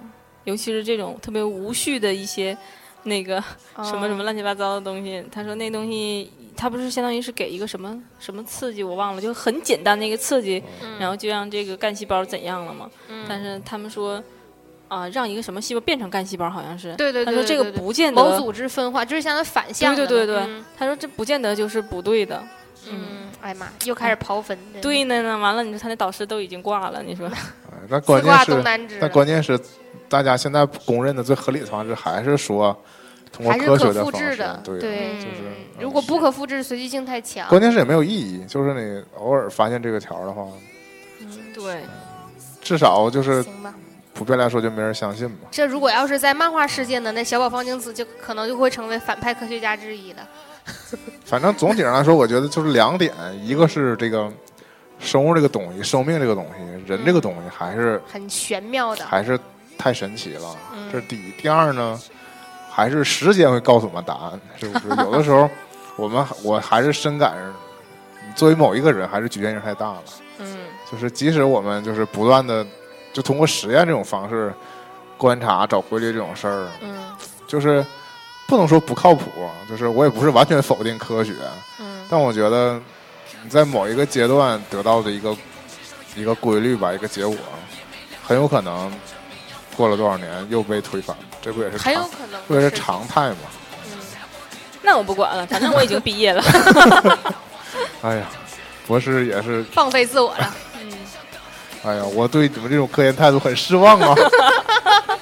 [SPEAKER 4] 尤其是这种特别无序的一些那个什么什么
[SPEAKER 2] 哦
[SPEAKER 4] 乱七八糟的东西。他说那东西，他不是相当于是给一个什么什么刺激，我忘了，就很简单的一个刺激，
[SPEAKER 2] 嗯
[SPEAKER 4] 然后就让这个干细胞怎样了嘛。
[SPEAKER 2] 嗯
[SPEAKER 4] 但是他们说，啊，让一个什么细胞变成干细胞，好像是。
[SPEAKER 2] 对对对，
[SPEAKER 4] 他说这
[SPEAKER 2] 对
[SPEAKER 4] 个
[SPEAKER 2] 对对
[SPEAKER 4] 不见得
[SPEAKER 2] 某组织分化，就是相当于反向的
[SPEAKER 4] 对
[SPEAKER 2] 嘛。
[SPEAKER 4] 对对对
[SPEAKER 2] 嗯
[SPEAKER 4] 他说这不见得就是不对的。
[SPEAKER 2] 嗯，哎呀妈，又开始刨坟。嗯真的
[SPEAKER 4] 对，呢呢，完了，你说他那导师都已经挂了，你说
[SPEAKER 3] 哎那
[SPEAKER 2] 自
[SPEAKER 3] 关键
[SPEAKER 2] 挂东
[SPEAKER 3] 是，
[SPEAKER 2] 南枝了。
[SPEAKER 3] 那关键是，大家现在公认的最合理的方式还是说通过
[SPEAKER 2] 还是
[SPEAKER 3] 科学
[SPEAKER 2] 可复
[SPEAKER 3] 方
[SPEAKER 2] 制
[SPEAKER 3] 式
[SPEAKER 2] 的，
[SPEAKER 3] 对。啊
[SPEAKER 2] 对
[SPEAKER 3] 就是
[SPEAKER 2] 嗯如果不可复制，随机性太强。
[SPEAKER 3] 关键是也没有意义，就是你偶尔发现这个条儿的话，
[SPEAKER 4] 对，
[SPEAKER 3] 至少就是
[SPEAKER 2] 行吧，
[SPEAKER 3] 普遍来说就没人相信嘛。
[SPEAKER 2] 这如果要是在漫画世界呢，那小宝方景子就可能就会成为反派科学家之一了。
[SPEAKER 3] 反正总体上来说，我觉得就是两点，一个是这个生物这个东西，生命这个东西，人这个东西还是
[SPEAKER 2] 很玄妙的，
[SPEAKER 3] 还是太神奇了，
[SPEAKER 2] 嗯
[SPEAKER 3] 这是第一。第二呢，还是时间会告诉我们答案，是不是？有的时候我们我还是深感，作为某一个人，还是局限性太大了。
[SPEAKER 2] 嗯
[SPEAKER 3] 就是即使我们就是不断的，就通过实验这种方式观察找规律这种事儿，
[SPEAKER 2] 嗯
[SPEAKER 3] 就是不能说不靠谱，啊就是我也不是完全否定科学，
[SPEAKER 2] 嗯
[SPEAKER 3] 但我觉得你在某一个阶段得到的一个一个规律吧，一个结果，很有可能过了多少年又被推翻，这不也是
[SPEAKER 2] 很有
[SPEAKER 3] 常
[SPEAKER 2] 可能
[SPEAKER 3] 这不也是
[SPEAKER 2] 是
[SPEAKER 3] 常态吗？
[SPEAKER 4] <laughs> 那我不管了，反正我已经毕业
[SPEAKER 2] <laughs>
[SPEAKER 4] 了。
[SPEAKER 3] 哎呀，博士也是，
[SPEAKER 2] 放飞自我了。 <laughs>
[SPEAKER 3] 哎呀，我对你们这种科研态度很失望
[SPEAKER 2] <laughs>
[SPEAKER 3] 啊。 <laughs>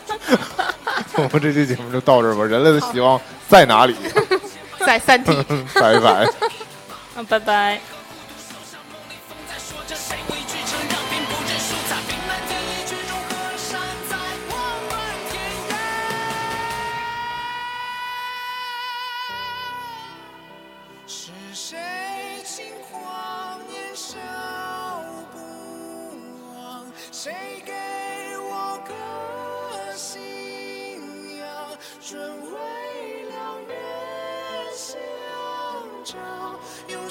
[SPEAKER 3] 我们这期节目就到这儿吧，人类的希望在哪里？ <laughs>
[SPEAKER 2] 在三体，
[SPEAKER 3] 拜拜。
[SPEAKER 4] 嗯拜拜。
[SPEAKER 5] 在说着谁畏惧承让，并不认输，在弥漫的一句如何善在我们天涯。是谁轻狂年少不忘？谁给我个信仰？顺为良人相照，用